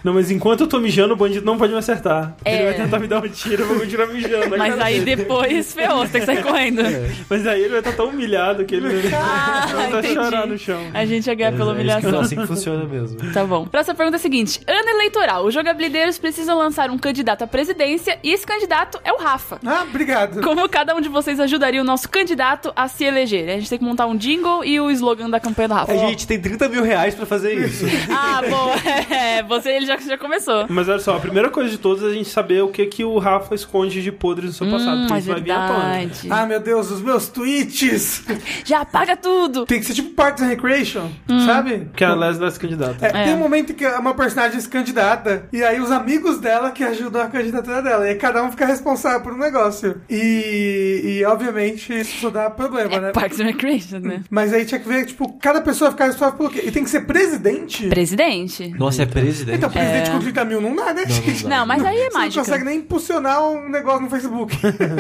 B: Não, mas enquanto eu tô mijando, o bandido não pode me acertar.
A: É.
B: Ele vai tentar me dar um tiro, eu vou continuar mijando.
A: Mas aí depois, ferrou, você tem que sair correndo.
B: Mas aí ele vai estar tão humilhado que ele vai
A: Ah,
B: vai
A: entendi.
B: chorar no chão.
A: A gente ia ganhar pela
C: É
A: humilhação.
C: assim que funciona mesmo.
A: Tá bom. Próxima pergunta é a seguinte: ano eleitoral. Os jogabilideiros precisam lançar um candidato à presidência e esse candidato é o Rafa.
D: Ah, obrigado.
A: Como cada um de vocês ajudaria o nosso candidato a se eleger? A gente tem que montar um jingle e o slogan da campanha do Rafa.
C: A gente tem 30 mil reais pra fazer
D: (laughs)
C: isso.
A: Ah, boa. (laughs) É, você ele já, já começou.
B: Mas olha só, a primeira coisa de todas é a gente saber o que, que o Rafa esconde de podres no seu passado. Porque
A: é
B: isso vai vir à tona.
A: verdade.
D: Ah, meu Deus, os meus tweets.
A: Já apaga tudo.
D: Tem que ser tipo Parks and Recreation,
C: Hum.
D: sabe?
B: Que a Leslie vai se candidata.
D: É, Tem um momento em que uma personagem se candidata, e aí os amigos dela que ajudam a candidatura dela, e aí cada um fica responsável por um negócio. E, e obviamente, isso só dá problema, né?
A: É Parks and Recreation, né?
D: Mas aí tinha que ver, tipo, cada pessoa ficar responsável pelo quê? E tem que ser presidente?
A: Presidente?
C: Nossa, é presidente.
D: Então, presidente
A: É.
D: com 30 mil não dá, né, gente?
A: Não, mas aí é
D: Você não
A: mágica.
D: consegue nem impulsionar um negócio no (laughs) Facebook.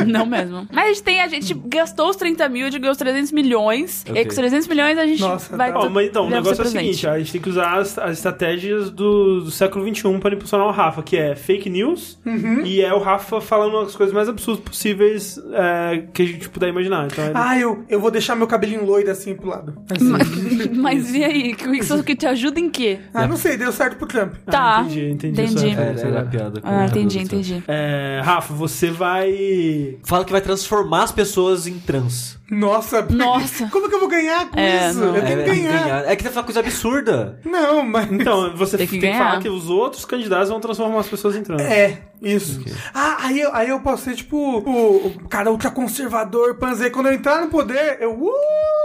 A: Não mesmo. Mas a gente tem, a gente gastou os 30 mil, a gente ganhou os 300 milhões. E aí com os 300 milhões a gente
D: Nossa,
A: vai...
D: tá.
B: Ó,
A: ter-
B: mas então, o
A: deve
B: negócio é
A: ser
B: o
A: presente.
B: seguinte: a gente tem que usar as, as estratégias do, do século XXI para impulsionar o Rafa, que é fake news
A: Uhum.
B: e é o Rafa falando as coisas mais absurdas possíveis é, que a gente puder imaginar. Então, é-
D: ah, eu, eu vou deixar meu cabelinho loiro assim pro lado.
B: assim.
A: (laughs) Mas e aí? Que- Isso que te ajuda em quê?
D: Ah, não sei, deu certo pro Trump.
A: Tá.
B: entendi, entendi.
A: Entendi.
B: essa referência agora.
C: É, piada. com
A: Ah,
C: o
A: entendi,
C: cabelo do Trump.
A: entendi.
B: É, Rafa, você vai.
C: Fala que vai transformar as pessoas em trans.
D: Nossa,
A: Nossa.
D: como que eu vou ganhar com
A: É,
D: isso?
A: não.
D: Eu tenho
C: é,
D: que ganhar.
C: É que tá falando coisa absurda.
D: Não, mas.
A: (laughs)
B: Então, você
A: Tem
B: tem
A: que
B: que,
A: ganhar.
B: falar que os outros candidatos vão transformar as pessoas em trans.
D: É, isso. Ah, aí eu, aí eu posso ser tipo o, o cara ultraconservador, panzer. Quando eu entrar no poder, eu.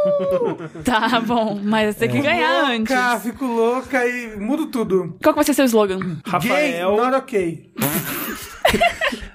D: Uh,
A: Tá bom, mas você tem
D: É.
A: que ganhar antes.
D: louca, fico louca e mudo tudo.
A: Qual que vai ser seu slogan?
B: Rafael.
D: Gay, not ok.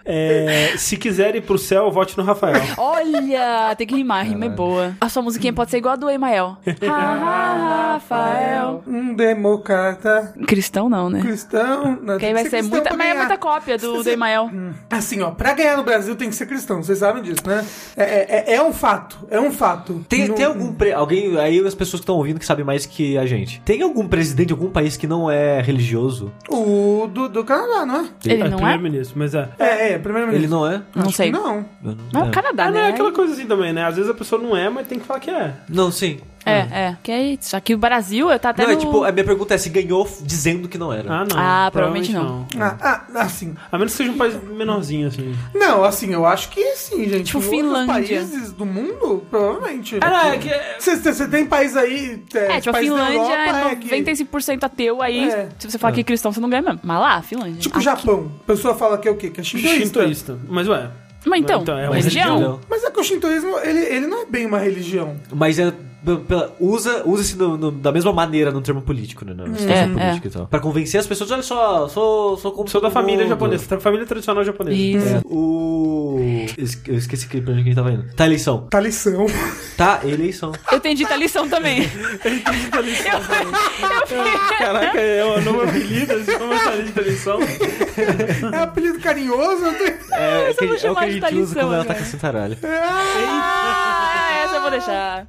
B: É, se quiser ir pro céu, vote no Rafael.
A: Olha, tem que rimar, rima é boa. A sua musiquinha pode ser igual a do Emael. Rafael.
D: Um democrata
A: Cristão não, né?
D: cristão. não,
A: Porque aí
D: tem
A: vai
D: que ah.
A: ser
D: cristão
A: muita,
D: pra
A: mas é
D: ganhar.
A: muita cópia do, do Emael.
D: Assim, ó, pra ganhar no Brasil tem que ser cristão, vocês sabem disso, né? É, é- é um fato, é um fato.
C: Tem,
D: Não-
C: tem algum. Pre... Alguém. Aí as pessoas que estão ouvindo que sabem mais que a gente. Tem algum presidente de algum país que não é religioso?
D: O do, do Canadá, não é?
A: (laughs) Ele
B: É,
A: não é?
B: primeiro-ministro, mas é.
D: É, é,
C: Ele
D: primeiro-ministro.
C: não é?
A: Não sei. Não,
D: Não.
C: Eu não-
A: é o Canadá,
B: Ah, não,
A: né?
B: é aquela coisa assim também, né? Às vezes a pessoa não é, mas tem que falar que é.
C: Não, sim.
A: É, é. Que é isso. Aqui o Brasil tá até
C: não, é
A: no-
C: tipo, a minha pergunta é se ganhou f- dizendo que não era.
B: Ah, não.
A: Ah, provavelmente
D: Ah, ah, assim.
B: A menos que seja um país menorzinho, assim.
D: Não, assim, eu acho que sim, gente.
A: Tipo
D: em
A: Finlândia.
D: outros países do mundo, provavelmente. Tipo,
B: Cara, é que.
D: Você tem país aí. É,
A: É, tipo, a
D: país da
A: Finlândia
D: Europa,
A: é
D: é que-
A: 95% ateu, aí
D: É.
A: se você falar que é cristão, você não ganha mesmo. Mas lá, a Finlândia.
D: Tipo
A: Ah,
D: Japão. A pessoa fala que é o quê? Que é shintoísta.
B: Shintoísta. Mas ué.
A: Mas então,
B: Então, é uma
C: Mas
A: religião.
C: entendeu?
D: Mas é que o shintoísmo, ele, ele não é bem uma religião.
C: Mas é. p- pela- Usa, usa-se no- no- da mesma maneira no termo político, né? Na situação
A: É,
C: política e tal. Pra convencer as pessoas, olha só, sou, sou como
B: Sou da
C: todo
B: família
C: mundo.
B: japonesa, da família tradicional japonesa.
A: Isso.
C: O. es- Eu esqueci que pra onde que a gente tava indo. Tá eleição.
D: Tá
B: (laughs)
D: lição.
C: Tá eleição.
A: Eu entendi a lição também.
B: Caraca, é o novo apelido, assim, como essa lista de lição.
D: É apelido carinhoso? eu tenho-
C: É,
A: eu vou
C: que, é o que
A: chamar
C: a
A: de
C: gente
A: Talição
C: usa quando ela tá
A: agora.
C: com cintaralha.
A: Ah, essa eu vou deixar.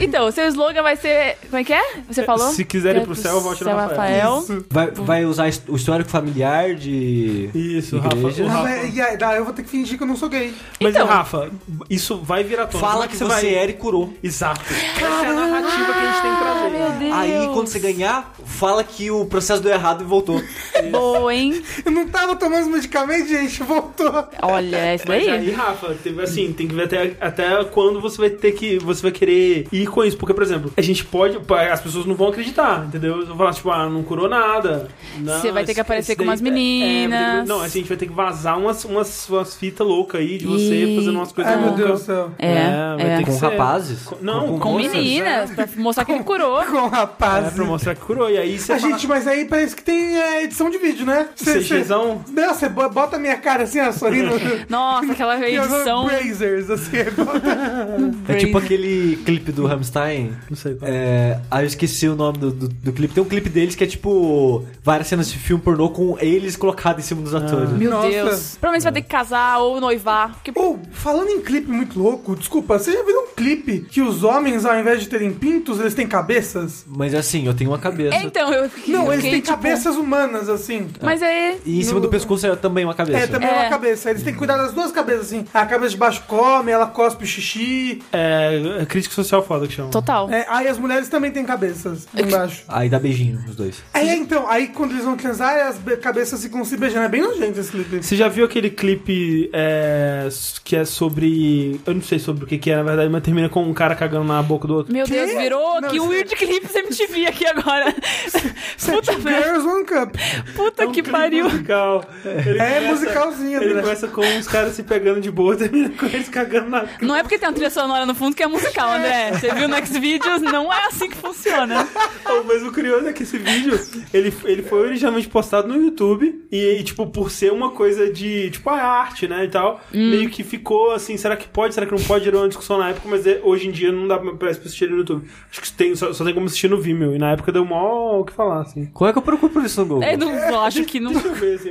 A: Então, seu slogan vai ser. Como é que é? Você falou?
B: Se quiser ir
A: Quer
B: pro céu, volte no Rafael.
D: Isso.
C: Vai, vai usar est- o histórico familiar de.
B: Isso, é-
C: Igreja.
B: Rafa. o
D: Ah,
B: Rafa.
D: mas- e aí, dá, eu vou ter que fingir que eu não sou gay.
B: Mas,
A: Então.
B: Rafa, isso vai virar tona. Como
C: Fala
B: é
C: que você
B: vai...
C: era e curou.
B: Exato. Essa é a narrativa que a gente tem que
A: Ah,
B: trazer.
A: meu Deus.
C: Aí, quando você ganhar, fala que o processo deu errado e voltou.
A: Boa, hein?
D: Eu não tava tomando os medicamentos, gente, voltou.
A: Olha, É isso
B: Mas
A: daí.
B: aí, Rafa, teve assim, tem que ver até, até quando você vai ter que. Você vai querer ir com isso. Porque, por exemplo, a gente pode. As pessoas não vão acreditar, entendeu? Vão falar, tipo, ah, não curou nada. Não,
A: Você vai ter que
B: esse-
A: aparecer
B: esse
A: com
B: daí-
A: umas meninas.
B: é, vai ter que- não, assim, a gente vai ter que vazar umas, umas, umas fitas loucas aí de você
A: Ih. ah,
B: fazendo umas coisas
D: Ai, meu
B: loucas.
D: Deus do céu.
A: É,
C: Né?
B: É, vai
A: é.
B: ter que
C: Com
B: ser.
C: rapazes?
B: Com- não, com
A: Com
B: moças.
A: meninas, pra mostrar que ele curou.
D: Com
B: É,
D: rapaz.
B: pra mostrar que curou. E aí você
D: a
B: fala, é
D: gente, mas aí parece que tem é, edição de vídeo, né? Cê- cê-
B: CGzão.
D: Não, você bo- bota a minha cara assim, ó,
A: (laughs)
D: sorrindo.
A: Nossa, aquela edição.
D: Brazers, assim, (laughs) bota-
C: É tipo aquele clipe do Rammstein.
B: Não sei qual.
C: É, ah, eu esqueci o nome do, do, do clipe. Tem um clipe deles que é tipo várias cenas de filme pornô com eles colocados em cima dos atores.
A: Meu
D: Nossa.
A: Deus. Provavelmente você vai ter que casar ou noivar. Porque...
D: Ou, falando em clipe muito louco, desculpa, você já viu um clipe que os homens, ao invés de terem pintos, eles têm cabeças?
C: Mas assim, eu tenho uma cabeça.
A: É, então, eu.
D: Não,
A: eu
D: eles
A: fiquei,
D: têm
A: tipo,
D: cabeças humanas, assim.
A: Mas aí.
C: E em cima
D: No-
C: do pescoço é também uma cabeça.
D: É, também é
A: É.
D: uma cabeça. Eles têm que cuidar das duas cabeças, assim. A cabeça de baixo come, ela cospe o xixi.
B: É, é crítico social foda que chama.
A: Total.
D: É, aí as mulheres também têm
A: É
D: cabeças embaixo.
C: Aí dá beijinho os dois.
D: É, então, aí quando eles vão transar, as be- cabeças ficam se beijando. É bem nojento esse clipe.
B: Você já viu aquele clipe é, que é sobre. Eu não sei sobre o que, que é, na verdade, mas termina com um cara cagando na boca do outro.
A: Meu
D: Quê?
A: Deus, virou
D: Não,
A: que
D: isso- é-
A: Weird Clips MTV aqui
D: (laughs)
A: agora. puta merda,
D: Girls One Cup.
A: puta que
B: É um Clipe
A: pariu.
B: Musical. Ele
D: É
B: começa-
D: musicalzinho,
B: Ele
D: né?
B: começa com os caras se pegando de boa, (laughs) termina com eles cagando na.
A: Não é porque tem uma trilha sonora no fundo que é musical, André. Você viu no Xvideos, não é assim que
D: (laughs)
A: funciona.
B: Oh, Mas o curioso é que esse vídeo ele, ele foi originalmente postado no YouTube e, e, tipo, por ser uma coisa de. Tipo, a arte, né? E tal,
A: Hum.
B: meio que ficou assim: será que pode, será que não pode? Gerou uma discussão na época, mas é- hoje em dia não dá pra assistir ele no YouTube. Acho que tem, só, só tem como assistir no Vimeo. E na época deu mó o que falar,
A: (laughs)
B: assim.
C: Como é que eu procuro por isso no Google?
A: É, não, eu acho que não.
B: Deixa eu ver, assim,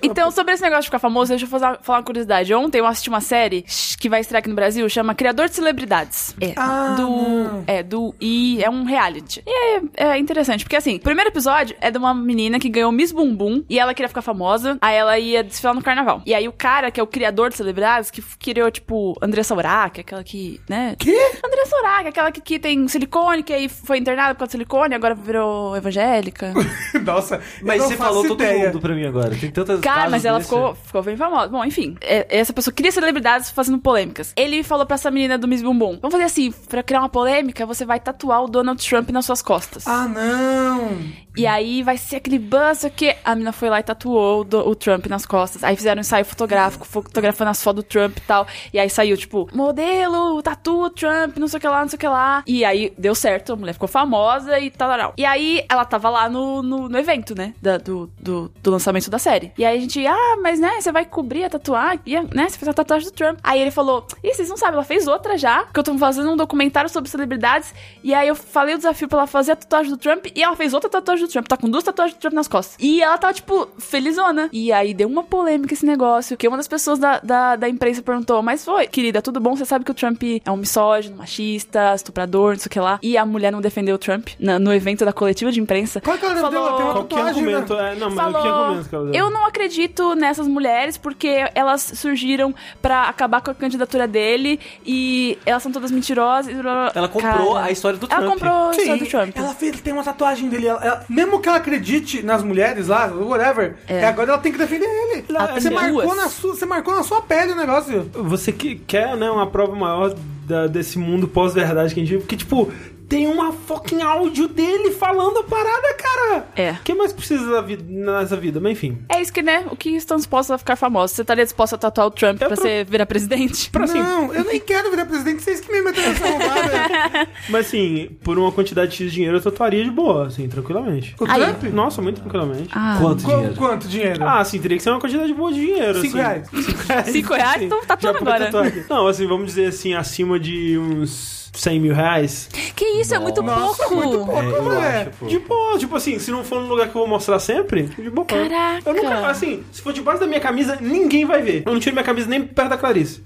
A: (laughs) Então, sobre esse negócio de ficar famoso, deixa eu fazer- falar uma curiosidade. Ontem eu assisti uma série que vai estrear aqui no Brasil, chama Criador de Celebridades. É.
D: Ah,
A: do. É, do. E é um reality. E é, é interessante, porque assim, o primeiro episódio é de uma menina que ganhou Miss Bumbum e ela queria ficar famosa, aí ela ia desfilar no carnaval. E aí o cara, que é o criador de celebridades, que criou, tipo, Andressa Urach, aquela que, né?
D: Quê?
A: Andressa Urach, aquela que, que tem silicone, que aí foi internada por causa de silicone, agora virou evangélica.
D: (laughs) Nossa,
C: Mas você falou todo
D: ideia.
C: mundo pra mim agora. Tem tantas
A: Cara,
C: casos
A: mas ela
C: desse.
A: ficou, ficou bem famosa. Bom, enfim, é- essa pessoa cria celebridades fazendo polêmicas. Ele falou pra essa menina do Miss Bumbum bumbum. Vamos fazer assim, pra criar uma polêmica, você vai tatuar o Donald Trump nas suas costas.
D: Ah, não!
A: E aí vai ser aquele buzz que a mina foi lá e tatuou o, do- o Trump nas costas. Aí fizeram um ensaio fotográfico, fotografando as fotos do Trump e tal. E aí saiu, tipo, modelo, tatu, Trump, não sei o que lá, não sei o que lá. E aí deu certo, a mulher ficou famosa e tal, tal, tal. E aí ela tava lá no, no, no evento, né? da- do, do, do lançamento da série. E aí a gente, ah, mas né, você vai cobrir a tatuagem, e a- né? Você fez a tatuagem do Trump. Aí ele falou, ih, vocês não sabem, ela fez outra já, que eu tô fazendo um documentário sobre celebridades. E aí eu falei o desafio pra ela fazer a tatuagem do Trump e ela fez outra tatuagem do Trump. Tá com duas tatuagens do Trump nas costas. E ela tava, tipo, felizona. E aí deu uma polêmica esse negócio, que uma das pessoas da, da, da imprensa perguntou, mas foi, querida, tudo bom? Você sabe que o Trump é um misógino, machista, estuprador, não sei o que lá. E a mulher não defendeu o Trump na- no evento da coletiva de imprensa.
D: Qual que ela deu? Ela tem uma
B: Qual que é o
D: tatuagem, né?
B: argumento? É, não, mas o que é o
A: falou,
B: argumento que ela deu?
A: eu não acredito nessas mulheres porque elas surgiram pra acabar com a candidatura dele e elas são todas mentirosas. e blá, blá, blá.
C: Ela comprou
A: Cara,
C: a história do Trump.
A: Ela comprou a história do
D: Sim,
A: Trump.
D: Ela fez, tem uma tatuagem dele. ela- ela- mesmo que ela acredite nas mulheres lá, whatever, é. agora ela tem que defender ele.
A: Ela tem
D: você, marcou
A: duas.
D: na sua, você marcou na sua pele o negócio.
B: Você que- quer, né, uma prova maior da- desse mundo pós-verdade que a gente vive? Porque, tipo, tem uma fucking áudio dele falando a parada, cara!
A: É.
B: O que mais precisa da vida, nessa vida? Mas enfim.
A: É isso que, né? O que estão dispostos a ficar famosos? Você estaria disposto a tatuar o Trump
B: Eu
A: pra
B: pro-
A: você virar presidente?
B: Pra, assim,
D: Não, eu nem quero virar presidente, vocês que me meteram
A: (laughs)
D: nessa roubada.
B: mas assim, por uma quantidade X de dinheiro eu tatuaria de boa, assim, tranquilamente.
D: O
A: Aí.
D: Trump?
B: Nossa, muito tranquilamente.
A: Ah,
C: Quanto
D: Qu-
C: dinheiro?
D: Quanto dinheiro?
B: Ah, assim, teria que ser uma quantidade boa de dinheiro.
D: Cinco
B: assim. (laughs)
D: reais.
B: Cinco reais.
A: Cinco reais?
B: assim.
A: Então tatua
B: Já pode
A: agora.
B: tatuar aqui. Não, assim, vamos dizer assim, acima de uns 100 mil reais.
A: Que isso? É muito
D: Nossa,
A: pouco!
D: muito pouco,
C: É, eu
D: né?
C: acho, pô.
B: De boa, tipo assim, se não for num lugar que eu vou mostrar sempre, de boa.
A: Caraca.
B: Eu nunca, assim, se for debaixo da minha camisa, ninguém vai ver. Eu não tiro minha camisa nem perto da Clarice.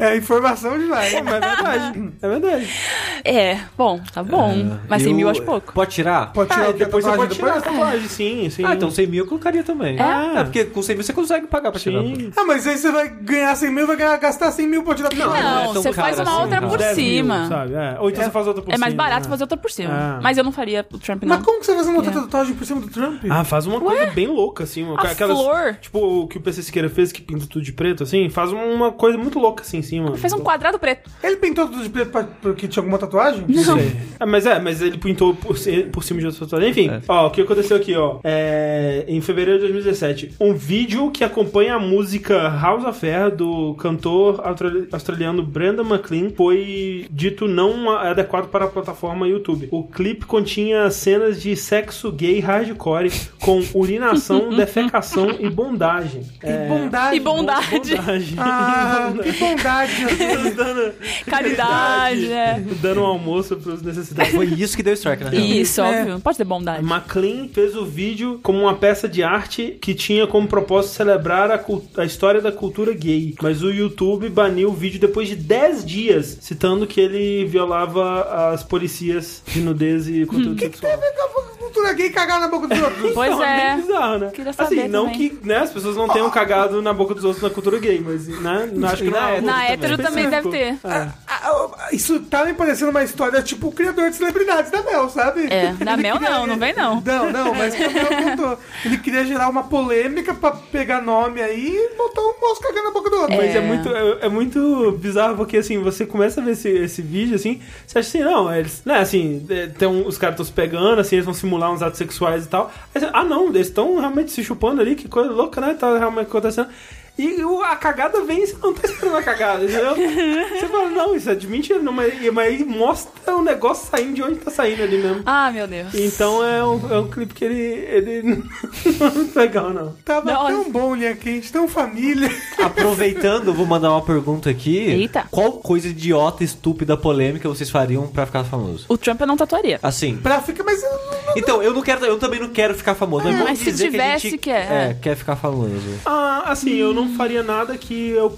D: É informação demais.
B: Mas é verdade, é verdade.
A: É, bom, tá bom.
C: É,
A: Mas 100 mil eu acho pouco.
C: Pode tirar?
D: (laughs) Pode tirar
B: Ah,
D: o
B: e depois você pode tirar a
D: é depois?
B: tatuagem, sim, sim.
C: Ah, então 100 mil eu colocaria também.
A: É?
C: Ah, porque com 100 mil você consegue pagar pra tirar. pô.
B: sim.
D: Ah, mas aí você vai ganhar 100 mil, vai ganhar- gastar 100 mil pra tirar
A: Não,
C: não é tão
A: você faz
C: caro
A: uma
C: assim,
A: outra
C: não.
A: por
B: 10 mil,
A: cima.
B: sabe? É. Ou então você faz outra por
A: é
B: cima.
A: mais barato
B: né?
A: fazer outra por cima.
B: Ah.
A: Mas eu não faria o Trump, não.
D: Mas como que você vai fazer uma outra
A: É.
D: tatuagem por cima do Trump?
B: Ah, faz uma coisa bem louca, assim. Uma,
A: A flor.
B: Tipo, o que o PC Siqueira fez, que pinta tudo de preto, assim. Faz uma coisa muito louca, assim, em cima.
A: Fez um quadrado preto.
D: Ele pintou tudo de preto pra- porque tinha alguma tatuagem?
B: Não. sei. É, mas é, mas ele pintou por, ci- por cima de outra tatuagem. Enfim,
D: É.
B: ó, o que aconteceu aqui, ó. É, em fevereiro de 2017, um vídeo que acompanha a música House of Air do cantor austra- australiano Brandon McLean foi dito não a- adequado para a plataforma YouTube. O clipe continha cenas de sexo gay hardcore com
D: (laughs)
B: urinação, defecação e bondagem. É,
D: Que bondade.
A: E bondade,
B: bondagem.
D: Ah, que bondade.
B: (laughs) Dando,
A: (laughs) caridade. é.
B: dando um almoço para os necessitados.
C: Foi isso que deu strike, né? na real.
A: Isso,
D: É.
A: óbvio. Não pode ter bondade.
B: McLean fez o vídeo como uma peça de arte que tinha como propósito celebrar a, cul- a história da cultura gay. Mas o YouTube baniu o vídeo depois de 10 dias, citando que ele violava as policias de nudez e conteúdo sexual.
D: cultura gay cagar na boca dos outros.
A: Pois
B: Então,
A: é.
B: meio bizarro, né?
A: Queria
B: assim,
A: saber
B: não
A: também.
B: que né, as pessoas não tenham cagado na boca dos outros na cultura gay, mas né, acho que
C: Na
B: não é
C: hétero
A: Na hétero também deve
B: específico.
A: ter.
B: É.
D: Ah, ah, ah, Isso tá me parecendo uma história tipo o criador de celebridades da Mel, sabe?
A: É, da Mel não, não vem não.
D: Não, não, mas que a Mel contou. Ele queria gerar uma polêmica pra pegar nome aí e botar um moço cagando na boca do outro.
B: Mas é.
A: É.
B: muito, é, é muito bizarro porque, assim, você começa a ver esse, esse vídeo, assim, você acha assim, não, eles, né, assim, é, tem um- os caras estão se pegando, assim, eles vão simular uns atos sexuais e tal. Aí você, ah, não, eles estão realmente se chupando ali, que coisa louca, né, tá realmente acontecendo. E o- a cagada vem, você não tá esperando a cagada, entendeu? você fala, não, isso é de mentira, não, mas, mas aí mostra o negócio saindo de onde tá saindo ali mesmo.
A: Ah, meu Deus.
B: Então é um, é um clipe que ele, ele (laughs) não é muito legal, não.
D: Tava
A: Nossa.
D: tão bom, Linha Quente, tão família. (laughs)
C: Aproveitando, vou mandar uma pergunta aqui.
A: Eita.
C: Qual coisa idiota, estúpida, polêmica vocês fariam pra ficar famoso?
A: O Trump eu não tatuaria.
C: Assim.
D: Pra ficar, mas eu não-
C: Então, eu não quero, eu também não quero ficar famoso. Mas, vamos
A: Ah, mas se
C: dizer
A: tivesse,
C: que a gente
A: quer.
C: É, quer ficar famoso.
B: Ah, assim, eu não faria nada que eu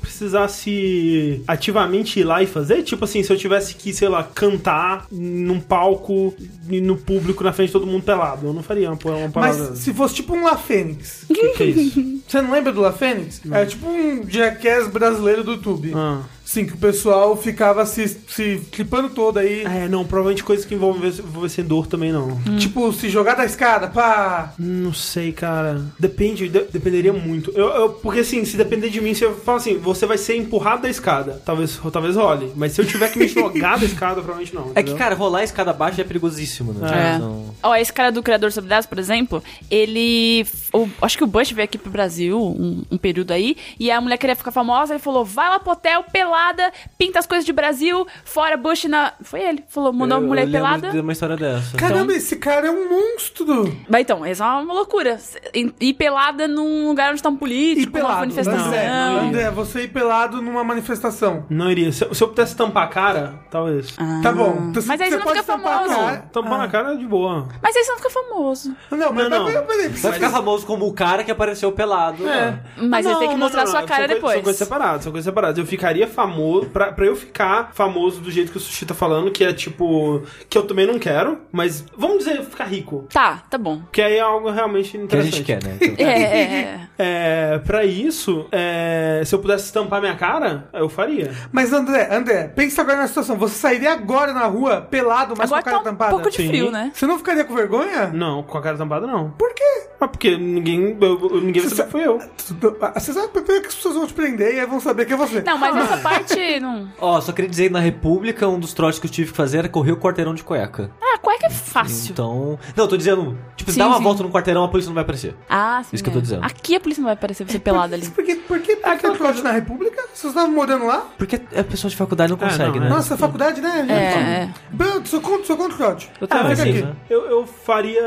B: precisasse ativamente ir lá e fazer. Tipo assim, se eu tivesse que, sei lá, cantar num palco, e no público, na frente de todo mundo pelado. Eu não faria uma, uma
D: mas
B: parada.
D: se fosse tipo um La Fênix. (laughs)
B: O que, que é isso?
D: Você não lembra do La Fênix? É tipo um jackass brasileiro do YouTube.
B: Ah.
D: Sim, que o pessoal ficava se, se clipando todo aí.
B: É, não, provavelmente coisas que envolvem vencedor também não.
D: Tipo, se jogar da escada, pá!
B: Não sei, cara. Depende, de- dependeria muito. Eu, eu- porque assim, se depender de mim, se eu falar assim, você vai ser empurrado da escada. Talvez, talvez role. Mas se eu tiver que me jogar da escada, provavelmente não.
C: É que,
B: entendeu?
C: cara, rolar a escada abaixo já é perigosíssimo, né?
A: É.
C: Então,
A: Ó, esse cara do Criador Sobre Dados, por exemplo, ele. o- acho que o Bush veio aqui pro Brasil um, um período aí, e a mulher queria ficar famosa, ele falou: vai lá pro hotel, pelada, pinta as coisas de Brasil, fora Bush na. Foi ele, falou, mandou a
C: eu- eu
A: mulher
C: lembro
A: pelada.
C: de uma história dessa.
D: Caramba, esse cara é um monstro!
A: Mas então, isso é uma loucura. E, e pelada num lugar onde tá um político,
D: é
A: uma manifestação.
D: André,
B: não.
D: André, você ir pelado numa manifestação.
B: Não iria. Se, eu- se eu pudesse tampar a cara, talvez.
D: Tá bom. Então,
A: Mas aí você não
D: pode
A: fica
D: tampar a
A: famoso.
D: cara.
B: Tampar na cara é de boa.
A: Mas aí você não fica famoso.
D: Não,
B: Não,
D: mas
B: não.
D: mas- mas- peraí,
C: Vai
D: precisa-
C: ficar famoso como o cara que apareceu pelado. né?
A: Mas
B: ele
A: ele tem que mostrar a sua cara depois.
B: São coisas separadas, são coisas separadas. Eu ficaria famoso. Pra, pra eu ficar famoso do jeito que o Sushi tá falando, que é tipo. Que eu também não quero, mas vamos dizer ficar rico.
A: Tá, tá bom.
B: Que aí é algo realmente
C: Que a
B: interessante.
C: gente quer, né?
A: É, é,
B: É, pra isso, é, se eu pudesse estampar minha cara, eu faria.
D: Mas André, André, pensa agora na situação. Você sairia agora na rua, pelado, mas
A: Agora
D: com a
A: tá
D: cara
A: um
D: tampada?
A: pouco de
B: Sim.
A: frio, né?
D: Você não ficaria com vergonha?
B: Não, com a cara tampada não.
D: Por quê?
B: Mas porque ninguém, eu- eu- ninguém vai
D: Você
B: saber que fui eu.
D: Tudo- ah, Você sabe primeiro que as pessoas vão te prender e aí vão saber que é você.
A: Não, mas essa parte não.
C: Então, Ó, só queria dizer, na República, um dos trotes que eu tive que fazer era correr o quarteirão de cueca.
A: Ah, cueca é fácil.
C: Então... Não, eu tô dizendo... Tipo, se
A: Sim,
C: dá uma
A: sim.
C: volta no quarteirão, a polícia não vai aparecer.
A: Ah, sim.
C: Isso que eu
A: é.
C: tô dizendo.
A: Aqui a polícia não vai aparecer você pelada ali.
D: Por que, por que
A: Ah,
D: por que
A: é
D: trote na República? Vocês estavam morando lá?
C: Porque a pessoa de faculdade não consegue,
B: não,
C: né?
B: é.
D: Nossa, faculdade, né?
A: É, é.
D: Bruno, sou contra, sou contra o trote.
A: Eu
B: Ah,
A: também.
B: mas
C: sim,
B: aqui,
C: né?
B: eu, eu faria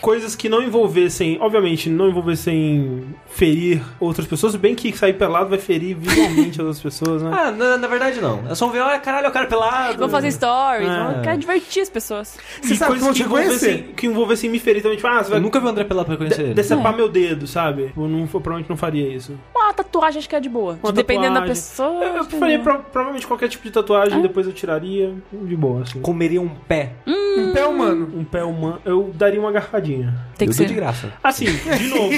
B: coisas que não envolvessem, obviamente, não envolvessem ferir outras pessoas, se bem que sair pelado vai ferir visualmente outras pessoas, né?
C: Ah, na, na verdade não. É só ver, olha, caralho, o cara pelado.
A: Vou fazer stories,
B: É.
A: vou- quero divertir as pessoas.
D: Você
B: e
D: sabe
B: coisas
D: como
B: que
D: te conhecer?
B: envolvessem, que envolvessem me ferir também, tipo, ah, você
C: Eu
B: vai
C: nunca vi o André pelado pra conhecer ele.
B: decepar meu dedo, sabe? Eu, não, eu provavelmente não faria isso.
A: Uma tatuagem acho que é de boa.
B: Uma
A: Dependendo da
B: tatuagem.
A: pessoa. é.
B: Eu, eu
A: entendeu?
B: faria pro- provavelmente qualquer tipo de tatuagem, depois eu tiraria de boa, assim.
C: Comeria um pé.
D: Um pé humano.
B: Um pé humano, eu daria uma garfadinha.
A: Tem que
C: eu dou de
A: ser.
C: graça.
B: Assim, de novo,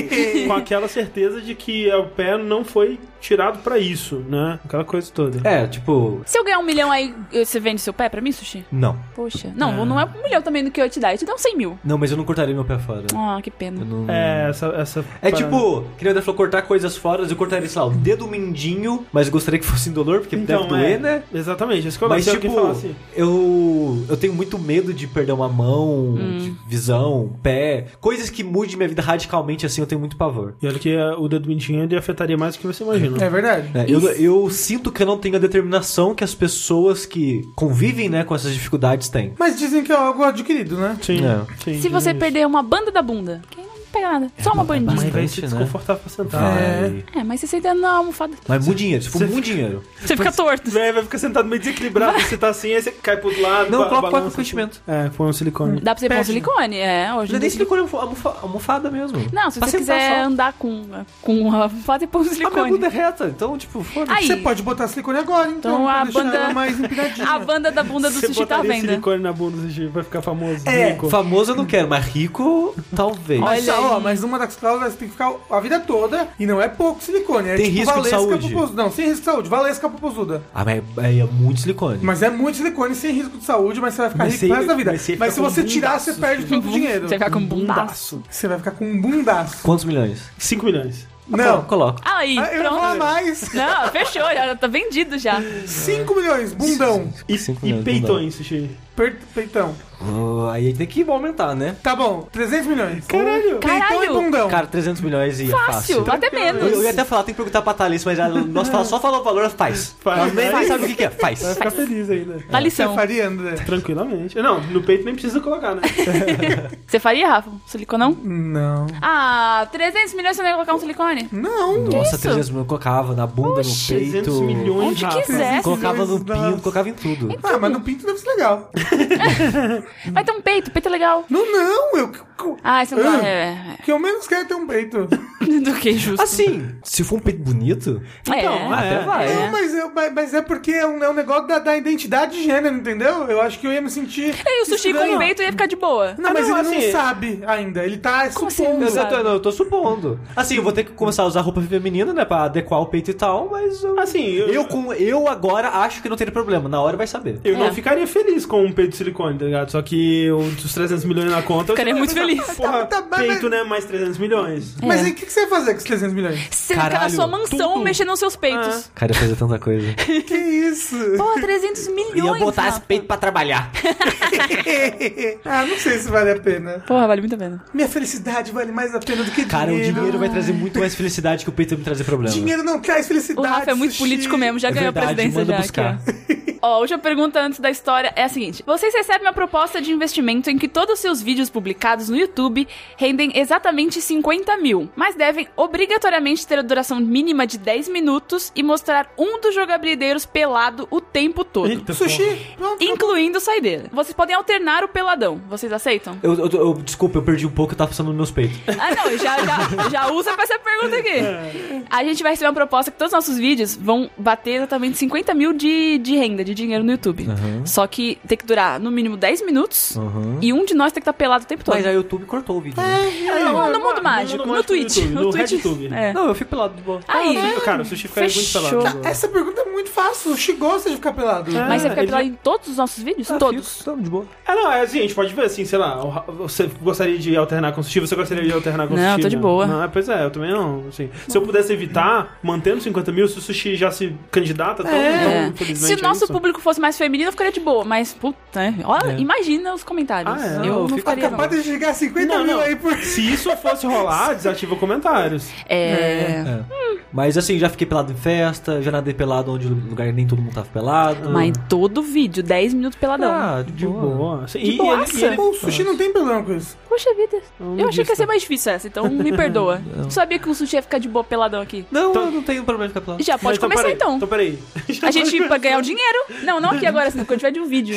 B: com aquela certeza de que o pé não foi tirado pra isso, né? Aquela coisa toda.
C: É, tipo...
A: Se eu ganhar um milhão aí, você vende seu pé pra mim, Sushi?
C: Não.
A: Poxa. Não, não é um milhão também do que eu ia te dar. Eu te dou uns 100 mil.
C: Não, mas eu não cortaria meu pé fora.
A: Ah, que pena.
C: Eu não...
B: É, essa. essa
C: É
B: parada.
C: tipo, que nem o André falou, cortar coisas fora, eu cortaria, sei lá, o dedo mindinho, mas eu gostaria que fosse indolor, porque
B: Então,
C: deve doer,
B: é,
C: né?
B: Exatamente, isso que eu
C: Mas,
B: não sei
C: tipo,
B: falar assim.
C: eu, eu tenho muito medo de perder uma mão,
A: Hum.
C: de visão, pé, coisas que mudem minha vida radicalmente, assim, eu tenho muito pavor.
B: E olha que eh, o dedo mindinho ele afetaria mais do que você imagina.
D: É verdade.
C: É, eu, eu sinto que eu não tenho a determinação que as pessoas que convivem, né, com essas dificuldades têm.
D: Mas dizem que é algo adquirido, né?
B: Sim,
C: É.
B: sim,
A: Se você
B: sim.
A: perder uma banda da bunda, quem não pega nada. Só uma bandinha.
B: Mas vai
C: bastante,
B: se
C: né?
B: desconfortável pra sentar.
C: Vai.
A: É, mas você senta na almofada.
C: Mas muito dinheiro, se for muito dinheiro.
A: Você fica torto.
B: É, vai ficar sentado meio desequilibrado, você tá assim, aí você cai pro outro lado.
C: Não,
B: ba-
C: coloca
B: balança
C: o
B: assim.
C: sentimento.
B: É, põe um silicone.
A: Dá pra você pôr um
D: Perde.
A: silicone, é. Hoje
C: Já
A: em
C: nem
A: dia-
C: explicou almofa, almofada mesmo.
A: Não, se
C: Pra
A: você
C: sentar
A: quiser
C: só.
A: andar com, com a almofada e pôr um
C: A minha
A: silicone.
C: bunda é reta, então, tipo, foda-se.
A: Aí,
D: Você pode botar silicone agora, então,
A: Então,
D: pra
A: a
D: deixar
A: banda-
D: ela mais empinadinha.
A: a banda da bunda do
B: você
A: sushi tá à
B: botaria
A: venda.
B: silicone na bunda do sushi, vai ficar famoso.
C: É,
B: rico.
C: famoso eu não quero, mas rico, talvez.
D: Mas,
A: Olha
D: ó,
A: aí.
D: mas uma das cláusulas tem que ficar a vida toda e não é pouco silicone. É
C: Tem
D: tipo
C: risco de
D: valesca
C: saúde.
D: popozuda. Não, sem risco de saúde. Valesca popozuda.
C: Ah, mas aí é muito silicone.
D: Mas é muito silicone sem risco de saúde, mas você vai ficar
B: Mas
D: rico
B: você-
D: pro resto da vida.
B: mas você
D: Mas,
B: fica
D: se
B: com
D: você
B: um
D: tirar, você
B: bundaço,
D: perde todo o dinheiro.
A: Você fica com bundaço.
D: Você vai ficar com um bundaço.
C: Quantos milhões?
B: 5 milhões.
D: Não.
C: Coloco.
A: Aí,
D: Ah, Eu não vou falar
A: pronto.
D: mais.
A: Não, fechou, já tá vendido já.
D: 5 milhões, bundão.
B: Então, E,
C: Cinco
B: e
C: milhões,
B: peitões, sushi.
D: Per- Peitão.
C: Ah, aí tem que aumentar, né?
D: Tá bom, 300 milhões.
B: Caralho.
D: Peitão e
A: Caralho.
B: Então.
D: bundão.
C: Cara, 300 milhões e é
A: Fácil, tá
C: fácil.
A: até
C: Eu, eu
A: menos.
C: ia até falar, tem que perguntar pra Thalys, mas ela, nós fala, só falar o valor, ela faz.
B: Faz.
C: Ela nem
B: Faz.
C: sabe o que, que é, faz.
B: Vai ficar feliz ainda.
A: Dá
D: Você
A: lição.
D: faria, André?
B: Tranquilamente. Não, no peito nem precisa colocar, né?
A: Você faria, Rafa? um Siliconão?
D: Não.
A: Ah, 300 milhões você não ia colocar um silicone?
D: Não.
C: Nossa,
A: isso?
C: 300 milhões, eu colocava na bunda, no
B: 300
C: peito.
B: milhões
A: Onde
B: Rafa.
A: quiser.
C: Colocava no
D: Nossa.
C: pinto, colocava em tudo.
A: Então,
D: Ah, mas no pinto deve ser legal.
A: Vai ter um peito, peito é legal.
D: Não, não, eu.
A: Ah, você não
D: Ah,
A: dá. É,
D: O que eu menos quero é ter um peito.
A: é, (laughs) é. Do que justo.
C: Assim, se for um peito bonito,
A: é.
C: até vai.
A: É.
D: Não, mas, eu- mas- mas é porque é um, é um negócio da, da identidade de gênero, entendeu? Eu acho que eu ia me sentir.
A: E o sushi com
D: estranho.
A: um peito ia ficar de boa.
D: Não,
B: Ah,
D: mas
B: não,
D: ele
B: assim-
D: não sabe ainda. Ele tá
A: Como assim?
D: supondo.
C: Eu, eu,
A: Sabe?
C: tô, eu tô supondo. Assim, eu vou ter que começar a usar roupa feminina, né? Pra adequar o peito e tal, mas. Eu,
B: Assim, eu-
C: eu. com, eu agora acho que não teria problema. Na hora vai saber.
B: Eu
A: É.
B: não ficaria feliz com um peito de silicone, tá ligado? Só que eu- os 300 milhões na conta. eu
A: Ficaria
B: só-
A: muito feliz.
B: Porra,
D: Tá, tá, mas-
B: peito, né? Mais 300 milhões.
D: Mas
A: É.
D: aí o que, que você ia fazer com os
A: (laughs)
D: 300 milhões?
A: Sendo que era
C: Caralho, É.
A: sua mansão
B: tudo.
A: mexendo nos seus peitos.
C: Cara, ia fazer tanta
A: (laughs)
C: coisa.
D: Que isso? (laughs)
A: Pô, 300 milhões. Rafa.
C: pra trabalhar.
D: ah, não sei se vale a pena.
A: Porra, vale muito a pena.
D: Minha felicidade vale mais a pena do que
C: Cara, o
D: dinheiro.
C: dinheiro vai trazer muito mais felicidade que o peito vai me trazer problema.
D: Dinheiro não traz
A: O
D: felicidade.
A: Rafa é muito
D: sushi.
A: político mesmo, já
C: É
A: ganhou a
C: verdade,
A: presidência
C: manda
A: já é.
C: buscar.
A: aqui. Ó, Ó, hoje a pergunta antes da história é a seguinte: Vocês recebem uma proposta de investimento em que todos os seus vídeos publicados no YouTube rendem exatamente 50 mil, mas devem obrigatoriamente ter a duração mínima de 10 minutos e mostrar um dos jogabilideiros pelado o tempo todo.
B: Eita,
D: Sushi, pronto.
A: Incluindo saideira. Vocês podem alternar o peladão. Vocês aceitam?
C: Eu, eu- eu- desculpa, eu perdi um pouco, eu tava pensando nos meus peitos.
A: Ah, não, já, já, já usa pra essa pergunta aqui. A gente vai receber uma proposta que todos os nossos vídeos vão bater exatamente 50 mil de, de renda, de dinheiro no YouTube. Só que tem que durar no mínimo 10 minutos e um de nós tem que estar pelado o tempo todo.
C: Mas aí o YouTube cortou o vídeo. né?
A: Ah, não, no, mundo mágico, no, Twitch.
B: YouTube, no
A: Twitch.
B: RedTube.
A: É.
C: Não, eu fico pelado de boa.
A: Aí.
B: Sushi- Cara, o sushi ficaria muito
A: É, Fechou.
B: pelado.
A: Tá,
B: agora.
D: Essa pergunta é muito fácil. O Sushi gosta de ficar pelado.
A: Mas você
B: Ah,
A: fica
B: ele-
A: pelado em todos os nossos vídeos?
C: Ah,
A: todos.
C: fico, tamo de boa.
B: Ah, não, é assim, a gente pode ver, assim, sei lá, o Ra- você gostaria de alternar com o sushi, você gostaria de alternar com o
A: Não,
B: sushi?
A: tô de
B: né?
A: boa.
B: Não, pois é, eu também não, assim. Se eu pudesse evitar, mantendo 50 mil, se o sushi já se candidata, todo,
A: É.
B: então, infelizmente,
A: Se o
B: é
A: nosso
B: isso.
A: público fosse mais feminino, eu ficaria de boa. Mas, puta, é. olha, imagina os comentários.
B: Ah, é.
A: Eu
B: Não,
A: não,
C: eu fico
A: ficaria. não.
D: Capaz de chegar a 50
B: Não,
D: mil
B: não.
D: aí por.
B: Se isso fosse rolar, desativa comentários.
A: É.
C: Mas assim, já fiquei pelado em festa, já nadei pelado onde lugar nem todo mundo tava pelado.
A: Mas em todo vídeo, 10 minutos peladão.
C: Ah, de,
B: De
C: boa.
B: boa. Assim, E- E,
A: boaça.
B: ele, e ele-
D: Pô, o sushi não tem problema com isso.
A: Poxa vida.
B: Não
A: eu achei que ia
B: disse.
A: ser mais difícil essa, então me perdoa. Não sabia que o sushi ia ficar de boa peladão aqui.
C: Não, eu não tenho problema de ficar pelado.
A: Já pode
B: Mas
A: começar
B: peraí,
A: então.
B: Então, peraí.
A: A gente pra ganhar o dinheiro. Não, não aqui agora, senão quando tiver de um vídeo.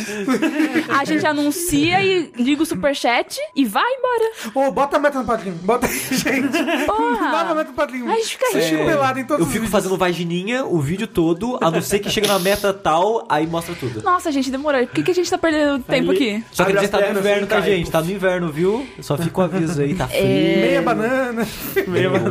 A: A gente anuncia e liga o superchat e vai embora.
D: Ô, bota a meta no padrinho. Bota aí, (laughs) gente. Bota a
A: Porra!
D: meta no padrinho.
A: Ai, fica
D: Sushi
A: rico.
D: pelado em todos
C: É, Eu
D: os
C: fico
D: vídeos.
C: fazendo vagininha o vídeo todo, a não ser que chega na meta tal, aí mostra tudo.
A: Nossa, gente, demorou. Por que, que a gente tá perdendo tempo aqui?
C: Só que
B: Abre
C: dizer
B: as
C: tá no
B: pernas,
C: inverno,
B: assim,
C: tá,
B: cai.
C: gente? Tá no inverno, viu? Só fica o aviso
D: (laughs)
C: aí, tá frio.
D: Meia banana.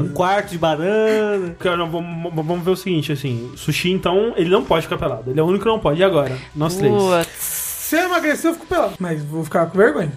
C: Um quarto de banana.
B: Cara, não, vamos, vamos ver o seguinte, assim. o Sushi, então, ele não pode ficar pelado. Ele é o único que não pode. E agora? Nós três.
A: Putz.
D: Se eu emagrecer, eu fico pelado. Mas vou ficar com vergonha.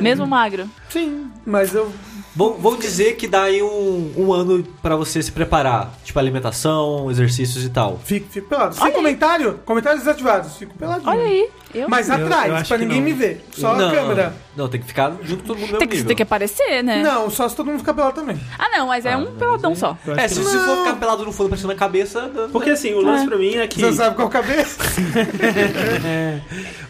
A: Mesmo magro.
D: Sim, mas eu.
C: Vou, vou dizer que dá aí um, um ano pra você se preparar. Tipo, alimentação, exercícios e tal.
D: Fico, fico pelado. Sem
A: Olha aí.
D: comentário, comentários desativados. Fico peladinho.
A: Olha aí. Eu.
D: Hum. Mas
B: Então Eu- eu
D: atrás,
B: acho
D: pra
B: que
D: ninguém
B: não.
D: me ver. Só
C: não,
D: a câmera.
C: Não, tem que ficar junto com todo mundo no
A: tem,
C: mesmo
A: que,
C: nível.
A: tem que aparecer,
B: É.
A: né?
D: Não, só se todo mundo ficar pelado também.
A: Ah, não, mas é um peladão só.
B: Eu acho
C: É,
B: que
C: se
B: não.
C: você for ficar pelado no fundo, aparecendo na cabeça...
B: Porque, assim, o lance pra mim é que... é,
D: Você sabe
B: (laughs)
D: qual cabeça?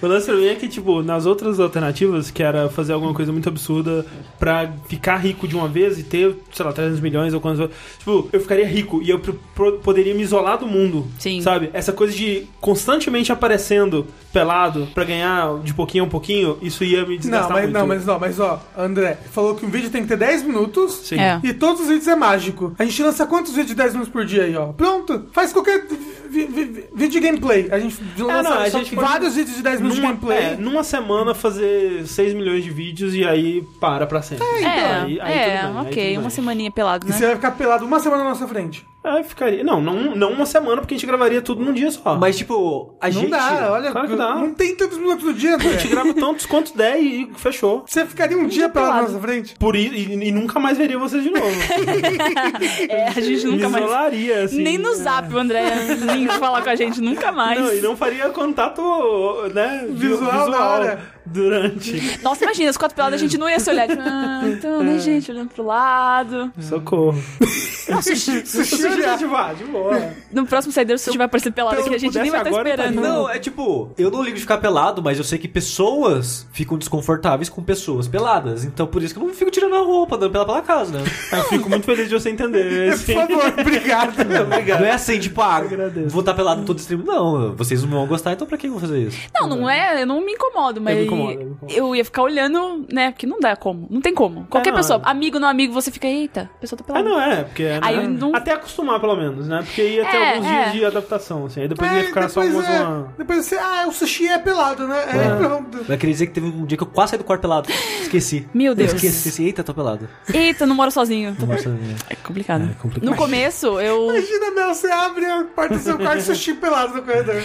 B: O lance pra mim é que, tipo, nas outras alternativas, que era fazer alguma coisa muito absurda pra ficar rico de uma vez e ter, sei lá, 300 milhões ou quantos. Tipo, eu ficaria rico e eu pro- pro- poderia me isolar do mundo.
A: Sim.
B: Sabe? Essa coisa de constantemente aparecendo pelado pra ganhar de pouquinho a pouquinho, isso ia me
D: Não,
B: desgastar
D: mas
B: muito.
D: não, mas não, mas ó, André, falou que um vídeo tem que ter 10 minutos.
B: Sim.
A: É.
D: E todos os vídeos é mágico. A gente lança quantos vídeos de 10 minutos por dia aí, ó? Pronto. Faz qualquer vi- vi- vi- vídeo gameplay. A gente lança
B: Ah, não, a
D: só
B: gente-
D: vários vídeos de 10 minutos de
B: Numa,
D: gameplay.
B: é, numa semana fazer 6 milhões de vídeos e aí para pra sempre.
A: É,
D: então.
B: Então, aí, aí
A: é,
B: tudo bem, aí
A: ok.
B: tudo
A: uma
B: bem.
A: semaninha pelado,
D: E
A: né?
D: você vai ficar pelado uma semana na nossa frente.
B: Aí ficaria. Não, não, não uma semana, porque a gente gravaria tudo num dia só.
C: Mas, tipo, a
D: não
C: gente...
D: dá, olha.
B: claro que dá.
D: Não tem tantos minutos
B: (laughs)
D: no dia,
B: A gente
D: André.
B: grava tantos quanto der e e fechou.
D: Você ficaria um dia pelado na
A: pelado.
D: nossa frente?
B: Por isso, e, e nunca mais veria vocês de novo.
A: É, a gente (laughs) nunca
B: Me
A: mais.
B: isolaria, assim.
A: Nem no
B: É.
A: zap o André nem falar com a gente nunca mais.
B: Não, e não faria contato, né? vi-
D: Visual na hora.
B: Durante.
A: Nossa, imagina, os quatro pelados a gente não ia se
B: É.
A: olhar. Tipo, ah, então, né, gente, olhando pro lado.
B: Socorro. (laughs)
A: Nossa, o sushi,
D: Sushi,
B: deixa eu
D: sacanear.
B: incentivar, de
D: (laughs)
B: boa.
A: No próximo Saideiro, se vai aparecer pelado
B: Então,
A: aqui, a gente nem vai estar
B: pudesse agora,
A: esperando.
B: então,
C: Não, é tipo, eu não ligo de ficar pelado, mas eu sei que pessoas ficam desconfortáveis com pessoas peladas. Então por isso que eu não fico tirando a roupa, dando pela pela casa, né?
B: Eu fico muito feliz de você entender.
D: Por
B: Assim.
D: favor, (laughs) obrigado.
C: Não é assim, tipo, ah,
B: agradeço.
C: vou estar pelado em todo stream. Não, vocês não vão gostar, então pra que eu vou fazer isso?
A: Não, não é, eu não me incomodo, mas
B: né? Eu me incomodo, eu me incomodo.
A: eu ia ficar olhando, né? Porque não dá como, não tem como. Qualquer
B: não,
A: pessoa,
B: é.
A: amigo, não amigo, você fica, eita, a pessoa tá
B: Ah,
A: pelada.
B: não, é, porque. né,
A: Aí não-
B: Até acostumar, pelo menos, né? Porque ia ter
A: É,
B: alguns
A: é.
B: dias de adaptação, assim. Aí depois ia ficar só
D: depois
B: mais
D: é-
B: uma.
D: Depois você, ah, o sushi é pelado, né? É, pronto.
C: Vai querer dizer que teve um dia que eu quase saí do quarto pelado. Esqueci.
A: Meu Deus.
C: Esqueci, esqueci. Eita, tô pelado.
A: Eita, não moro sozinho.
C: Nossa, minha.
A: É complicado.
C: É complicado.
A: No começo, eu.
D: Imagina, Mel, você abre a porta do seu quarto e sushi pelado
A: (laughs)
D: no corredor.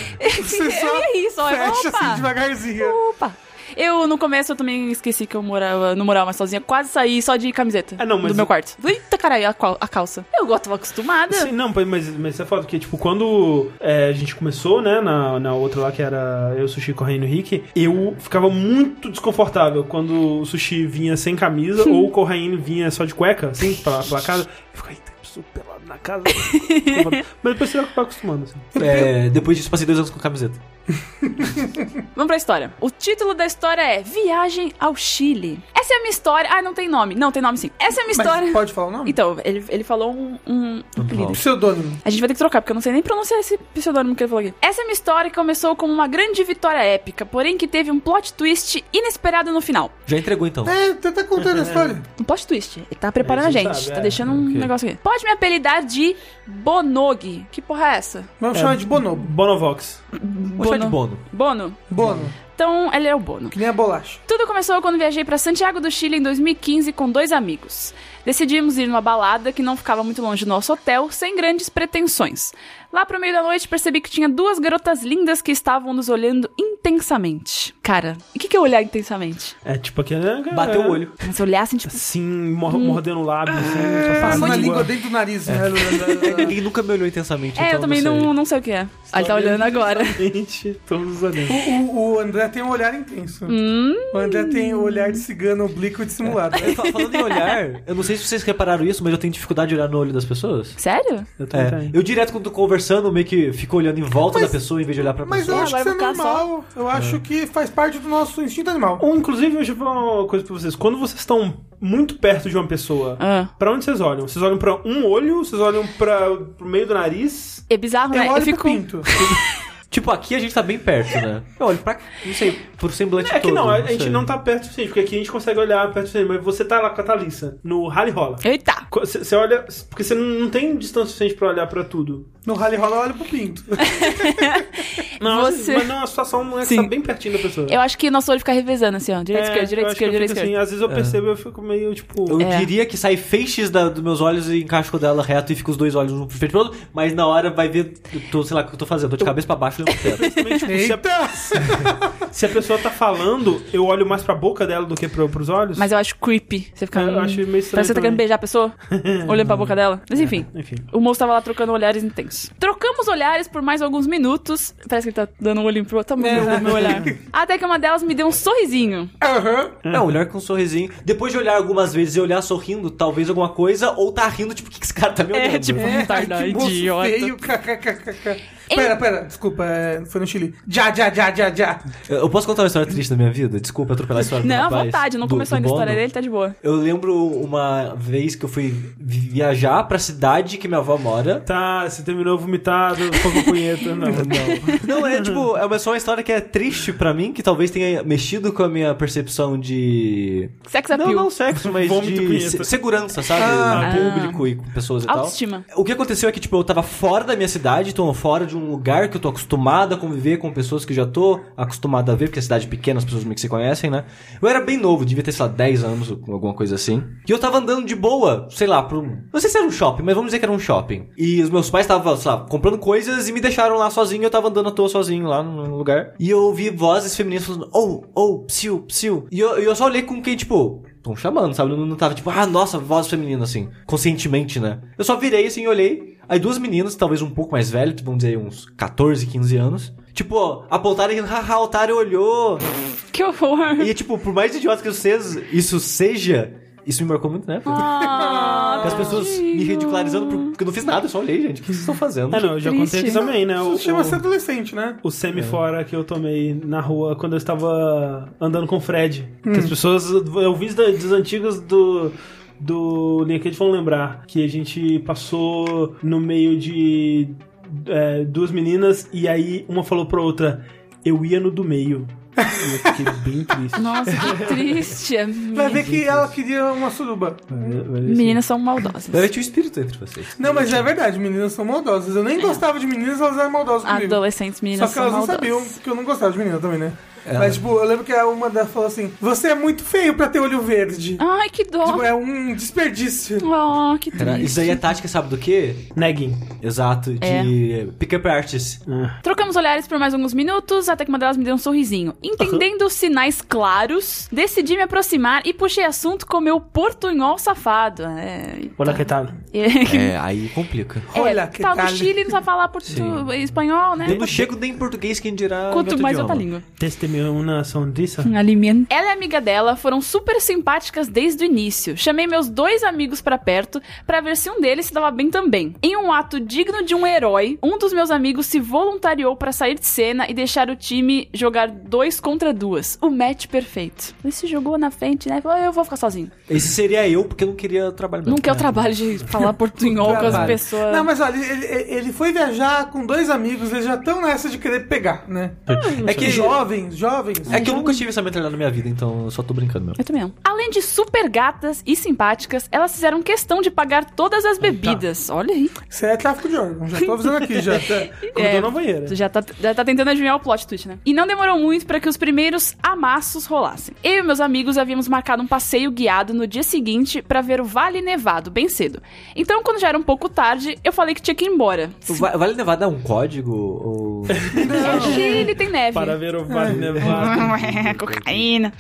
A: (laughs)
D: Você
A: eu ia rir só, é eu,
D: fecha
A: opa.
D: assim, devagarzinho.
A: Opa! Eu, no começo, eu também esqueci que eu morava, não morava mais sozinha. Quase saí só de camiseta
B: Ah, não, mas
A: do meu
B: o-
A: quarto. Eita, caralho, a, qual- a calça. Eu gosto, tava acostumada.
B: Sim, Assim, não, mas, mas isso é foda, porque, tipo, quando é, a gente começou, né, na, na outra lá que era eu, Sushi, correndo e Rick, eu ficava muito desconfortável quando o Sushi vinha sem camisa ou o Corraine vinha só de cueca, assim, pra, pra casa. Eu ficava, eita, eu preciso pelado na
A: (laughs)
B: casa. mas depois você vai acostumando, assim.
C: É, depois disso, passei dois anos com camiseta.
A: Vamos pra história. O título da história é Viagem ao Chile. Essa é a minha história. Ah, não tem nome. Não, tem nome sim. Essa é a minha história.
D: Mas pode falar o nome?
A: Então, ele, ele falou um, um apelido.
D: Pseudônimo.
A: A gente vai ter que trocar, porque eu não sei nem pronunciar esse pseudônimo que ele falou aqui. Essa é uma história que começou como uma grande vitória épica, porém que teve um plot twist inesperado no final.
C: Já entregou então.
D: É, você tá contando a história.
A: Um plot twist. Ele tá preparando
B: É,
A: a
B: isso
A: gente.
B: sabe,
A: tá
B: é.
A: deixando um
C: Ok.
A: negócio aqui. Pode me apelidar de Bonog. Que porra é essa?
D: Vamos chamar de Bonobo.
B: Bonovox.
C: Vou chamar de bono.
A: Bono.
D: Bono,
A: Então, ele é o Bono.
D: que nem a bolacha.
A: Tudo começou quando viajei pra Santiago do Chile em 2015 com dois amigos. Decidimos ir numa balada que não ficava muito longe do nosso hotel, sem grandes pretensões. Lá pro meio da noite percebi que tinha duas garotas lindas que estavam nos olhando intensamente. Cara, o que que é olhar intensamente?
B: É tipo aquele. né,
C: Bateu
B: é,
C: o olho.
A: Se olhassem, tipo,
B: Assim, mor- mordendo o lábio,
A: Ah,
B: assim,
D: Passando
B: passando
D: a língua dentro do nariz. né?
C: (laughs) Ninguém nunca me olhou intensamente.
A: é,
C: então
A: eu também não, não sei o que é. Ah, Ele tá olhando agora.
B: Gente, todos olhando.
D: (laughs) O, o André tem um olhar intenso.
A: Hum.
D: O André tem o olhar de cigano oblíquo e dissimulado.
C: Eu fa- Falando em olhar, eu não sei se vocês repararam isso, mas eu tenho dificuldade de olhar no olho das pessoas.
A: Sério?
B: Eu tô
C: É, eu direto quando tô conversando, meio que fico olhando em volta
D: Mas-
C: da pessoa em vez de olhar pra
D: Mas
C: pessoa.
D: eu
A: Ah,
D: acho que isso
A: agora
D: é
A: eu vou ficar só- Um,
D: normal. Eu acho que faz parte do nosso instinto animal.
B: Ou, inclusive, deixa eu falar uma coisa pra vocês. Quando vocês estão muito perto de uma pessoa,
A: Ah.
B: pra onde vocês olham? Vocês olham pra um olho? Vocês olham pra, pro meio do nariz?
A: É bizarro,
D: Eu
B: um
A: né?
D: olho
A: fico.
D: pro pinto.
C: Tipo, aqui a gente tá bem perto, né? Eu olho pra. Não sei, pro semblante
B: É que
C: todo,
B: não, a gente
C: sei.
B: não tá perto o suficiente, porque aqui a gente consegue olhar perto o suficiente, mas você tá lá com a Thalissa, no rally rola.
A: Eita!
B: Você olha, porque você não tem distância suficiente pra olhar pra tudo.
D: No rally rola, eu olho pro pinto.
B: Não,
A: Você-
B: mas não, a situação não é que
A: Sim.
B: tá bem pertinho da pessoa.
A: Eu acho que nosso olho fica revezando assim, ó. Direita,
B: É,
A: esquerda, direita,
B: eu acho que eu
A: esquerda, direita,
B: fico
A: esquerda.
B: assim, Às vezes eu percebo e eu fico meio, tipo...
C: Eu
A: É.
C: diria que sai feixes da- dos meus olhos e encaixo com dela reto e fica os dois olhos um frente pro outro, mas na hora vai ver, eu tô, sei lá, o que eu tô fazendo, tô de cabeça pra baixo e olhando pro
B: (laughs)
C: teto.
B: Também, tipo, se, a,
D: Eita!
B: se a pessoa tá falando, eu olho mais pra boca dela do que pro, pros olhos.
A: Mas eu acho creepy. Você fica.
B: É, eu acho meio
A: Parece que
B: estranho
A: você tá querendo
B: também. É,
A: beijar a pessoa, olhando pra boca dela. Mas enfim.
B: Enfim.
A: O moço tava lá trocando olhares intensos. Trocamos olhares por mais alguns minutos. Parece que ele tá dando um olhinho pro outro. Tá
B: É.
A: mudando meu olhar. Até que uma delas me deu um sorrisinho.
D: Aham.
C: É, olhar com um sorrisinho. Depois de olhar algumas vezes e olhar sorrindo, talvez alguma coisa, ou tá rindo, tipo, o que que esse cara tá me olhando?
A: É, tipo,
D: É, ai,
A: retardado,
D: que moço
A: idiota.
D: feio, kkkk. Pera, pera, desculpa, é, foi no Chile. Já, já, já, já, já.
C: Eu eu posso contar uma história triste da minha vida? Desculpa atropelar a história do
A: Não, à
C: rapaz,
A: vontade. Não
C: do-
A: começou
C: do
A: ainda a história
C: Bono.
A: dele, tá de boa.
C: Eu lembro uma vez que eu fui vi- viajar pra cidade que minha avó mora.
B: Tá, você terminou vomitado, ficou com
A: (laughs)
B: punheta, não.
C: Não, é tipo, é uma- só uma história que é triste pra mim, que talvez tenha mexido com a minha percepção de.
A: Sex
C: Não,
A: appeal.
C: não sexo, (laughs) mas
B: Vômito
C: de
B: punheta.
C: se- segurança, sabe?
D: Ah.
C: no público e com pessoas e
A: Autoestima.
C: tal. O que aconteceu é que, tipo, eu tava fora da minha cidade, tô fora de um lugar que eu tô acostumado a conviver com pessoas que já tô acostumado a ver, porque a cidade é pequena, as pessoas meio que se conhecem, né? Eu era bem novo, devia ter, sei lá, 10 anos ou alguma coisa assim. E eu tava andando de boa, sei lá, pro. Não sei se era um shopping, mas vamos dizer que era um shopping. E os meus pais estavam, sei lá, comprando coisas e me deixaram lá sozinho, eu tava andando à toa sozinho lá no no lugar. E eu ouvi vozes femininas falando, oh, oh, psiu, psiu. E eu, eu só olhei com quem, tipo, Tão chamando, sabe? Eu não tava tipo, ah, nossa, voz feminina, assim, conscientemente, né? Eu só virei assim, olhei. Aí duas meninas, talvez um pouco mais velhas, vamos dizer, uns 14, 15 anos, tipo, ó, apontaram e, haha, o otário olhou.
A: (laughs)
C: (laughs)
A: Que horror.
B: (laughs)
C: E tipo, por mais idiota que vocês isso seja, Isso me marcou muito, né? Porque
A: Ah,
C: as pessoas me
A: tadinho.
C: ridicularizando por- porque eu não fiz nada, eu só olhei, gente. O que vocês estão fazendo?
B: É, não, eu já
A: Triste.
B: contei isso também, né? O,
D: Isso chama ser
B: o,
D: adolescente, né?
B: o
A: É.
B: semi-fora que eu tomei na rua quando eu estava andando com o Fred. Que
A: Hum.
B: as pessoas. Eu vi da- dos antigos do. Do Linkage vão lembrar que a gente passou no meio de é, duas meninas e aí uma falou pra outra: Eu ia no do meio. E
A: (laughs)
B: eu fiquei bem triste.
A: Nossa, que triste.
D: Vai ver que ela queria uma suruba.
A: Meninas são maldosas.
C: Deve ter o espírito entre vocês.
D: Não, mas é verdade, meninas são maldosas. Eu nem gostava de meninas, elas eram maldosas comigo.
A: Adolescentes,
D: Só
A: É. meninas
D: que elas
A: são
D: não
A: maldosas.
D: sabiam que eu não gostava de menina também, né? Mas, tipo, eu lembro que a uma delas falou assim: Você é muito feio pra ter olho verde.
A: Ai, que
D: Tipo,
A: dó.
D: é um desperdício.
A: Oh, que
C: Cara,
A: triste.
C: isso aí é tática, sabe do quê?
B: Negging.
C: Exato, de pick-up artists.
B: Ah.
A: Trocamos olhares por mais alguns minutos, até que uma delas me deu um sorrisinho. Entendendo os sinais claros, decidi me aproximar e puxei assunto com meu portunhol safado. É, então-
B: Olha que tal.
A: (laughs) É,
C: É, aí complica.
D: Olha que
A: tá no
D: tal.
A: Chile, não sabe falar portu... espanhol, né?
C: Eu não chego nem em português quem dirá. em
A: Quanto
C: outro
A: mais
C: idioma.
A: outra língua.
B: Testemunha uma sonrisa.
A: Hum. Alimento. Ela e a amiga dela foram super simpáticas desde o início. Chamei meus dois amigos pra perto pra ver se um deles se dava bem também. Em um ato digno de um herói, um dos meus amigos se voluntariou pra sair de cena e deixar o time jogar dois contra duas. O match perfeito. Ele se jogou na frente, né? Falou, eu vou ficar sozinho.
C: Esse seria eu, porque eu não queria trabalho mesmo.
A: Não quer o trabalho de falar portunhol com as
C: Trabalho.
A: pessoas.
D: Não, mas olha, ele, ele- ele foi viajar com dois amigos, eles já estão nessa de querer pegar, né?
A: Ah,
C: É que,
D: Jovens, jovens.
C: é que eu nunca tive essa mentalidade na minha vida, então eu só tô brincando mesmo.
A: Eu também amo. Além de super gatas e simpáticas, elas fizeram questão de pagar todas as bebidas. Olha aí.
D: Isso aí é tráfico de órgãos, já tô avisando aqui já.
A: (laughs)
D: tá
B: Acordou na banheira.
A: Tu já tá, já tá tentando adivinhar o plot twist, né? E não demorou muito pra que os primeiros amassos rolassem. Eu e meus amigos havíamos marcado um passeio guiado no dia seguinte pra ver o Vale Nevado, bem cedo. Então, quando já era um pouco tarde, eu falei que tinha que ir embora.
C: O Va- Vale Nevada é um código? Ou...
A: É Chile, tem neve.
B: Para ver o Vale Nevado.
A: (laughs) É, (laughs) cocaína.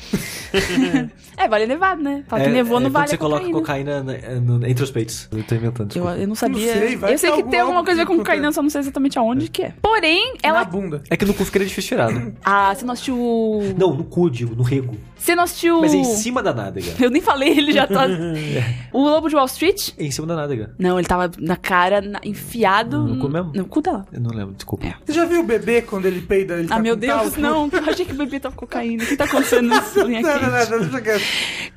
A: é, Vale Nevado, né? Fala que
C: É-
A: nevou
C: é
A: no
C: quando
A: Vale
C: você
A: é
C: coloca
A: cocaína.
C: cocaína na- é, no- entre os peitos. Eu tô inventando.
A: Eu,
C: desculpa.
A: eu não sabia.
D: Não sei, vai
A: eu sei
D: ter
A: que
D: algum-
A: tem alguma coisa a ver com
D: algum-
A: cocaína, eu só não sei exatamente aonde que é. Porém,
D: Ela... Na
A: ela.
D: bunda.
C: É que no cu ficaria difícil tirar, né?
A: Ah, você não assistiu.
C: Não, no cu, digo, no rego.
A: Você não assistiu.
C: Mas é em cima da nádega.
A: Eu nem falei, ele já
C: (laughs)
A: tá. o Lobo de Wall Street?
C: É em cima da nádega.
A: Não, ele tava na cara, na- enfiado.
C: No cu mesmo?
A: No cu dela.
C: Eu não lembro, desculpa.
A: É.
D: Você já viu o bebê quando ele peida? Ele
A: Ah,
D: tá
A: meu
D: com
A: Deus,
D: (laughs) talco?
A: não. Eu achei que o bebê tava com cocaína. O que tá
D: (laughs)
A: acontecendo nessa linha
D: Não, não,
A: aqui?
D: não, deixa quieto.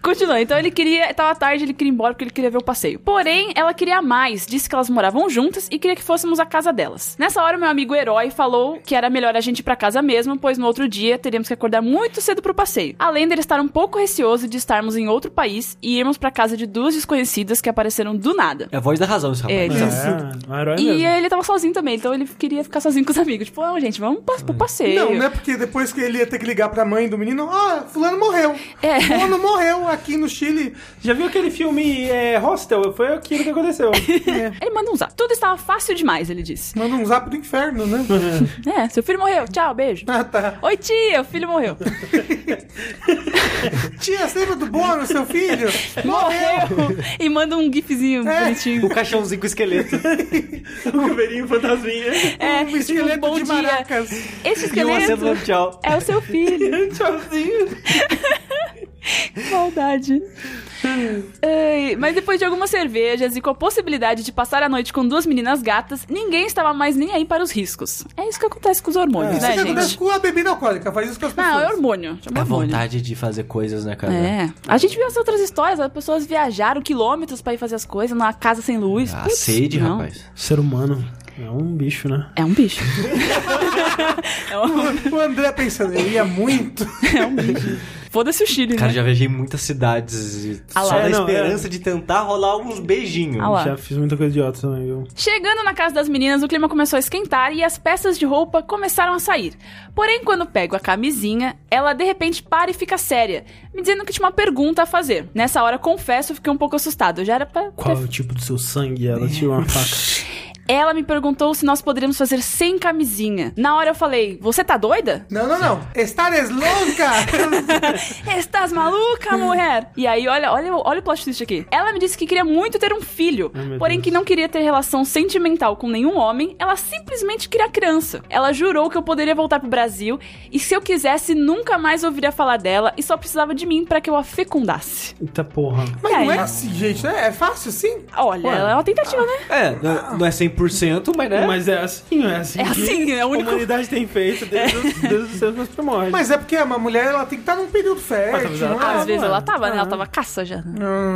A: Continua. Então ele queria. Tava tarde, ele queria ir embora porque ele queria ver o passeio. Porém, ela queria mais. Disse que elas moravam juntas e queria que fôssemos à casa delas. Nessa hora, meu amigo herói falou que era melhor a gente ir pra casa mesmo, pois no outro dia teríamos que acordar muito cedo pro passeio. Além dele estar um pouco receoso de estarmos em outro país e irmos pra casa de duas desconhecidas que apareceram do nada.
C: É a voz da razão esse rapaz.
A: É, ele tá
B: É, um herói
A: E
B: mesmo.
A: ele tava sozinho também, então ele queria ficar sozinho com os amigos. Tipo, não, gente, vamos pa- pro passeio.
D: Não, né? Porque depois que ele ia ter que ligar pra mãe do menino, ó, fulano morreu.
A: É.
D: Fulano morreu aqui no Chile.
B: Já viu aquele filme é, Hostel? Foi aquilo
A: (laughs)
B: que aconteceu.
A: Ele manda um zap. Tudo estava fácil demais, ele disse.
D: Manda um zap do inferno, né?
A: (laughs) É, seu filho morreu. Tchau, beijo.
D: Ah, tá.
A: Oi, tia, o filho
D: (laughs)
A: morreu.
D: Tia, você lembra do bônus, seu filho?
A: Morreu! e manda um gifzinho
D: É.
A: bonitinho.
C: O caixãozinho
A: (laughs)
C: com esqueleto.
B: o caveirinho (laughs) fantasminha.
A: É,
D: Um esqueleto
A: tipo, bom
D: de
A: dia.
D: maracas. (laughs)
A: Esse
C: e um
A: esqueleto
C: acento tchau.
A: é o seu filho.
B: Um Tchauzinho.
A: Maldade. Ai, mas depois de algumas cervejas e com a possibilidade de passar a noite com duas meninas gatas, ninguém estava mais nem aí para os riscos. É isso que acontece com os hormônios,
D: É. Isso
A: né,
D: que acontece
A: gente?
D: com a bebida alcoólica, faz isso com as pessoas.
A: Não, é hormônio. Chama
C: A
A: hormônio.
C: vontade de fazer coisas, né, cara?
A: É. A gente viu as outras histórias, as pessoas viajaram quilômetros pra ir fazer as coisas numa casa sem luz.
C: A
A: Putz,
C: Ah, sede,
A: não.
C: rapaz.
B: Ser humano é um bicho, né?
A: É um bicho. (laughs) é, um,
D: (laughs) O André pensando, eu ia muito.
A: é um bicho. Foda-se o Chile,
C: Cara,
A: né?
C: já viajei em muitas cidades e
A: Ah lá.
C: só
B: É,
C: na
B: não,
C: esperança de tentar rolar uns beijinhos.
A: Ah lá.
B: Já fiz muita coisa idiota também, viu?
A: Chegando na casa das meninas, o clima começou a esquentar e as peças de roupa começaram a sair. Porém, quando pego a camisinha, ela de repente para e fica séria, me dizendo que tinha uma pergunta a fazer. Nessa hora, confesso, fiquei um pouco assustado. Eu já era pra.
B: Qual é o tipo do seu sangue? Ela tirou uma faca.
A: Ela me perguntou se nós poderíamos fazer sem camisinha. Na hora eu falei, você tá doida?
D: Não, não, não. Estares
A: (laughs)
D: louca!
A: Estás maluca, mulher? E aí, olha, olha, o- olha o plot twist aqui. Ela me disse que queria muito ter um filho,
B: meu
A: porém
B: Deus.
A: que não queria ter relação sentimental com nenhum homem, ela simplesmente queria criança. Ela jurou que eu poderia voltar pro Brasil e se eu quisesse, nunca mais ouviria falar dela e só precisava de mim pra que eu a fecundasse.
B: Eita porra.
D: Mas
A: E aí?
D: não é assim, gente. né? É fácil sim.
A: Olha,
C: Ué.
A: ela é uma tentativa, né?
C: É, não é- não é 100%, mas né?
B: Mas é assim, é assim.
A: É
B: que
A: assim, é o único- É.
B: A humanidade tem
A: (laughs)
B: feito desde, os- desde os seus primórdios.
D: Mas é porque uma mulher ela tem que estar num período fértil.
B: Mas ela-
D: não é?
B: Ah,
A: Às vezes
B: mano.
A: ela tava, né? Ela tava caça já.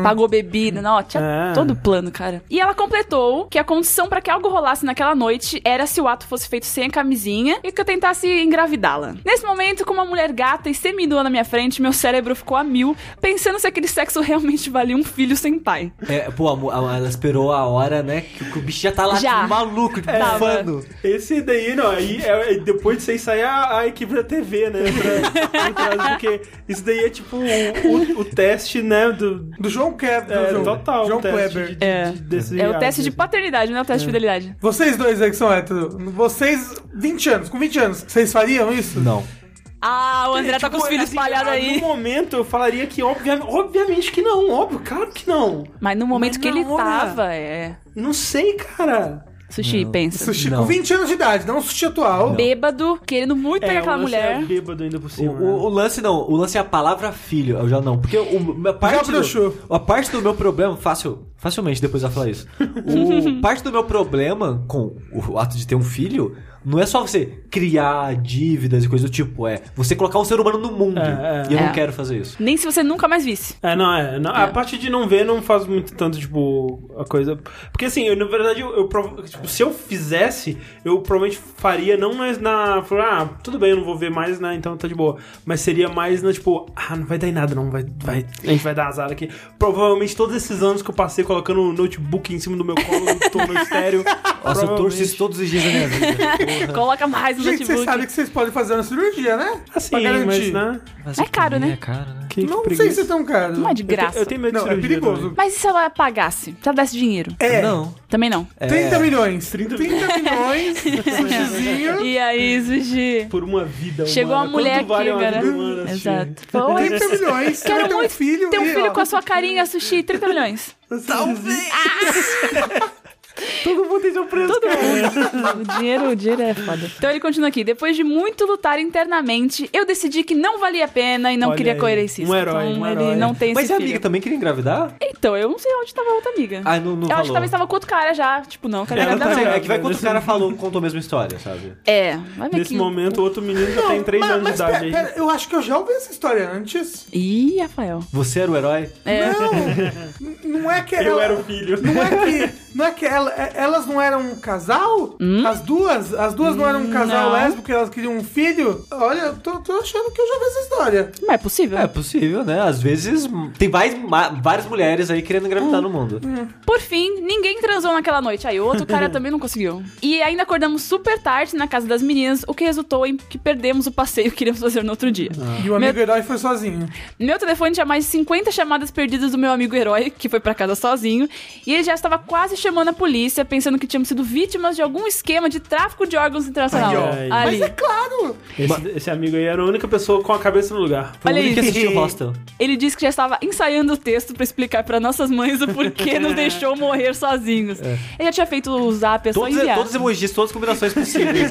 A: Pagou bebida, não, ó, tinha
B: Ah.
A: todo plano, cara. E ela completou que a condição pra que algo rolasse naquela noite era se o ato fosse feito sem a camisinha e que eu tentasse engravidá-la. Nesse momento, com uma mulher gata e seminua na minha frente, meu cérebro ficou a mil, pensando se aquele sexo realmente valia um filho sem pai.
C: É, pô, a mu- a- ela esperou a hora, né? Que o bicho já tá lá
A: Já. É.
C: tipo, maluco,
B: É
C: tipo,
A: Tava.
C: bufando.
B: Esse daí, não, aí é, é depois de vocês sair a, a equipe da TV, né? pra- pra trás, porque isso daí é tipo o, o- o teste, né? Do,
D: Do João Kleber.
B: é,
D: do João,
B: total.
D: João
B: o teste
D: Kleber.
B: de- de-
A: É.
B: de- desse-
A: É o teste
B: ah,
A: de paternidade, não é o teste de fidelidade.
D: Vocês dois aí que são héteros, vocês, 20 anos, com 20 anos, vocês fariam isso?
C: Não.
A: Ah, o André tá com os
B: Tipo,
A: filhos
B: assim,
A: espalhados
B: ah,
A: aí.
B: No momento eu falaria que obvia- obviamente que não, óbvio, claro que não.
A: Mas no momento
B: Mas
A: que ele
B: na hora.
A: tava, é.
B: Não sei, cara.
A: Sushi, pensa.
D: Sushi,
C: Não.
D: com 20 anos de idade, não sushi atual.
A: Bêbado, querendo muito pegar
B: o
A: aquela
B: lance
A: mulher.
B: É bêbado ainda por
C: O,
B: cima.
C: o- o
B: né?
C: lance não, o lance é a palavra filho, eu já não. Porque o, a, parte
D: broxou.
C: do, a parte do meu problema, fácil, facilmente depois eu vou falar isso.
A: (laughs)
C: O, parte do meu problema com o ato de ter um filho não é só você criar dívidas e coisa do tipo, é você colocar um ser humano no mundo.
B: É, é.
C: E eu
A: É.
C: não quero fazer isso.
A: Nem se você nunca mais visse.
B: É, não, é, não, A
A: É.
B: parte de não ver não faz muito tanto, tipo, a coisa. Porque assim, eu, na verdade, eu, eu prova- tipo, se eu fizesse, eu provavelmente faria não mais na. falar, Ah, tudo bem, eu não vou ver mais, né? Então tá de boa. Mas seria mais na, tipo, ah, não vai dar em nada, não. Vai, vai, a gente vai dar azar aqui. Provavelmente todos esses anos que eu passei colocando o notebook em cima do meu colo, (laughs) eu tô no estéreo.
C: Nossa, eu torço
B: provavelmente-
C: isso todos os dias da minha vida. Porra.
A: Coloca mais no
D: Gente, vocês
A: notebook.
D: sabem que vocês podem fazer uma cirurgia, né?
B: Assim,
D: Pra
B: mas,
D: garantir.
B: né?
A: (laughs)
C: Mas
A: É caro, né?
C: É caro, né?
B: Que,
D: Não
B: que
D: sei
B: preguiça.
D: se é tão caro.
A: Não é de
B: Eu te-
A: graça.
B: Eu tenho medo de
D: Não, é
B: cirurgia
D: perigoso.
B: também.
A: Mas e se ela pagasse? Se ela desse dinheiro?
D: É,
C: Não.
A: Também não.
C: É,
D: 30 milhões.
B: 30
D: 30,
A: (laughs)
D: milhões, sushizinho.
A: E aí, Sushi?
B: Por uma vida
A: Chegou
B: humana.
A: a mulher
B: Quanto vale
A: aqui,
B: uma
A: cara.
B: vida humana, assim?
A: Exato. Pô,
D: 30 milhões.
A: Quero
D: vai ter um
A: muito
D: filho.
A: Tem um
D: e,
A: filho
D: ó,
A: com a sua carinha, Sushi, 30 milhões.
B: Talvez. Todo mundo tem seu preço.
A: Todo mundo. O dinheiro, o dinheiro é foda. Então ele continua aqui. Depois de muito lutar internamente, eu decidi que não valia a pena e não
B: Olha
A: queria
B: aí,
A: coerência.
B: um herói,
A: então
B: um
A: ele
B: herói.
A: não tem
C: Mas
A: esse
C: a
A: filho.
C: amiga também queria engravidar?
A: Então, eu não sei onde tava a outra amiga.
C: Ah, não,
A: eu
C: não
A: acho que
C: falou.
A: talvez tava com outro cara já. Tipo, não, quero
C: É,
B: tá
A: engravidar
C: não,
A: não.
C: é que vai quando o cara falou, contou a mesma história, sabe?
A: É, vai ver
B: Nesse
A: que...
B: momento, o outro menino já tem 3
D: mas-
B: anos de
D: mas
B: idade
D: pera-
B: aí.
D: pera, eu acho que eu já ouvi essa história antes.
A: Ih, Rafael.
C: Você era o herói?
A: É.
D: Não, n- não é que
B: Eu
D: ela-
B: era o filho.
D: Não é que, não é que ela- é- elas não eram um casal? As duas? As duas não eram um casal
A: Hum? não.
D: lésbico e elas queriam um filho? Olha, eu tô, tô achando que eu já vi essa história.
A: Mas é possível.
C: É possível, né? Às vezes tem mais, ma- várias mulheres aí querendo engravidar no mundo.
A: Por fim, ninguém transou naquela noite. Aí o outro cara também não conseguiu. E ainda acordamos super tarde na casa das meninas, o que resultou em que perdemos o passeio que iríamos fazer no outro dia.
D: E o
A: Meu-
D: amigo herói foi sozinho.
A: Meu telefone tinha mais de 50 chamadas perdidas do meu amigo herói, que foi pra casa sozinho, e ele já estava quase chamando a polícia, pensando que tínhamos sido vítimas de algum esquema de tráfico de órgãos internacional.
B: Ai, ó.
A: Ali.
D: Mas é claro!
B: (laughs) Esse, esse amigo aí era a única pessoa com a cabeça no lugar.
A: Olha
C: Tem que
A: aí, (laughs)
C: assistir o Hostel.
A: ele disse que já estava ensaiando o texto pra explicar pra nossas mães o porquê nos deixou morrer sozinhos. Ele já tinha feito usar a pessoa
C: Todos,
A: enviar.
C: todos os emojis, todas as combinações possíveis.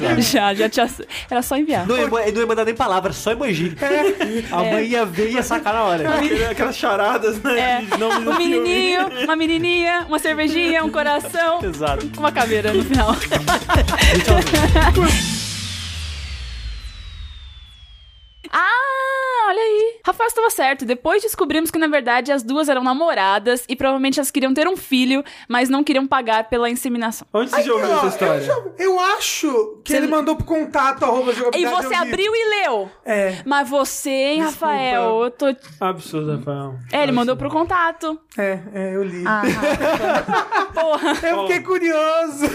A: (laughs)
C: lá.
A: Já, já tinha. Era só enviar.
C: Não ia, não ia mandar nem palavra, só emoji.
A: É.
C: A mãe ia ver e ia sacar na hora.
B: Aquele- Aquelas charadas, né?
A: É,
B: de nomes do
A: um
B: filme.
A: (laughs) menininho, uma menininha, uma cervejinha, um coração,
C: Exato.
A: uma caveira no
D: (laughs)
A: final. Ah, olha aí. Rafael estava certo. Depois descobrimos que, na verdade, as duas eram namoradas e provavelmente elas queriam ter um filho, mas não queriam pagar pela inseminação.
B: Onde você já ouviu
D: Ó,
B: essa
D: Eu,
B: história?
D: já- eu acho que
A: Você-
D: ele mandou pro contato arroba
A: E
D: jogabilidade, eu
A: você
D: li.
A: abriu e leu.
D: É.
A: Mas você, hein,
D: Desculpa.
A: Rafael? Eu tô. É,
B: Absurdo, Rafael.
A: ele mandou pro contato.
D: É,
A: Ah,
D: é, eu li.
A: (laughs) Porra.
D: Eu fiquei curioso.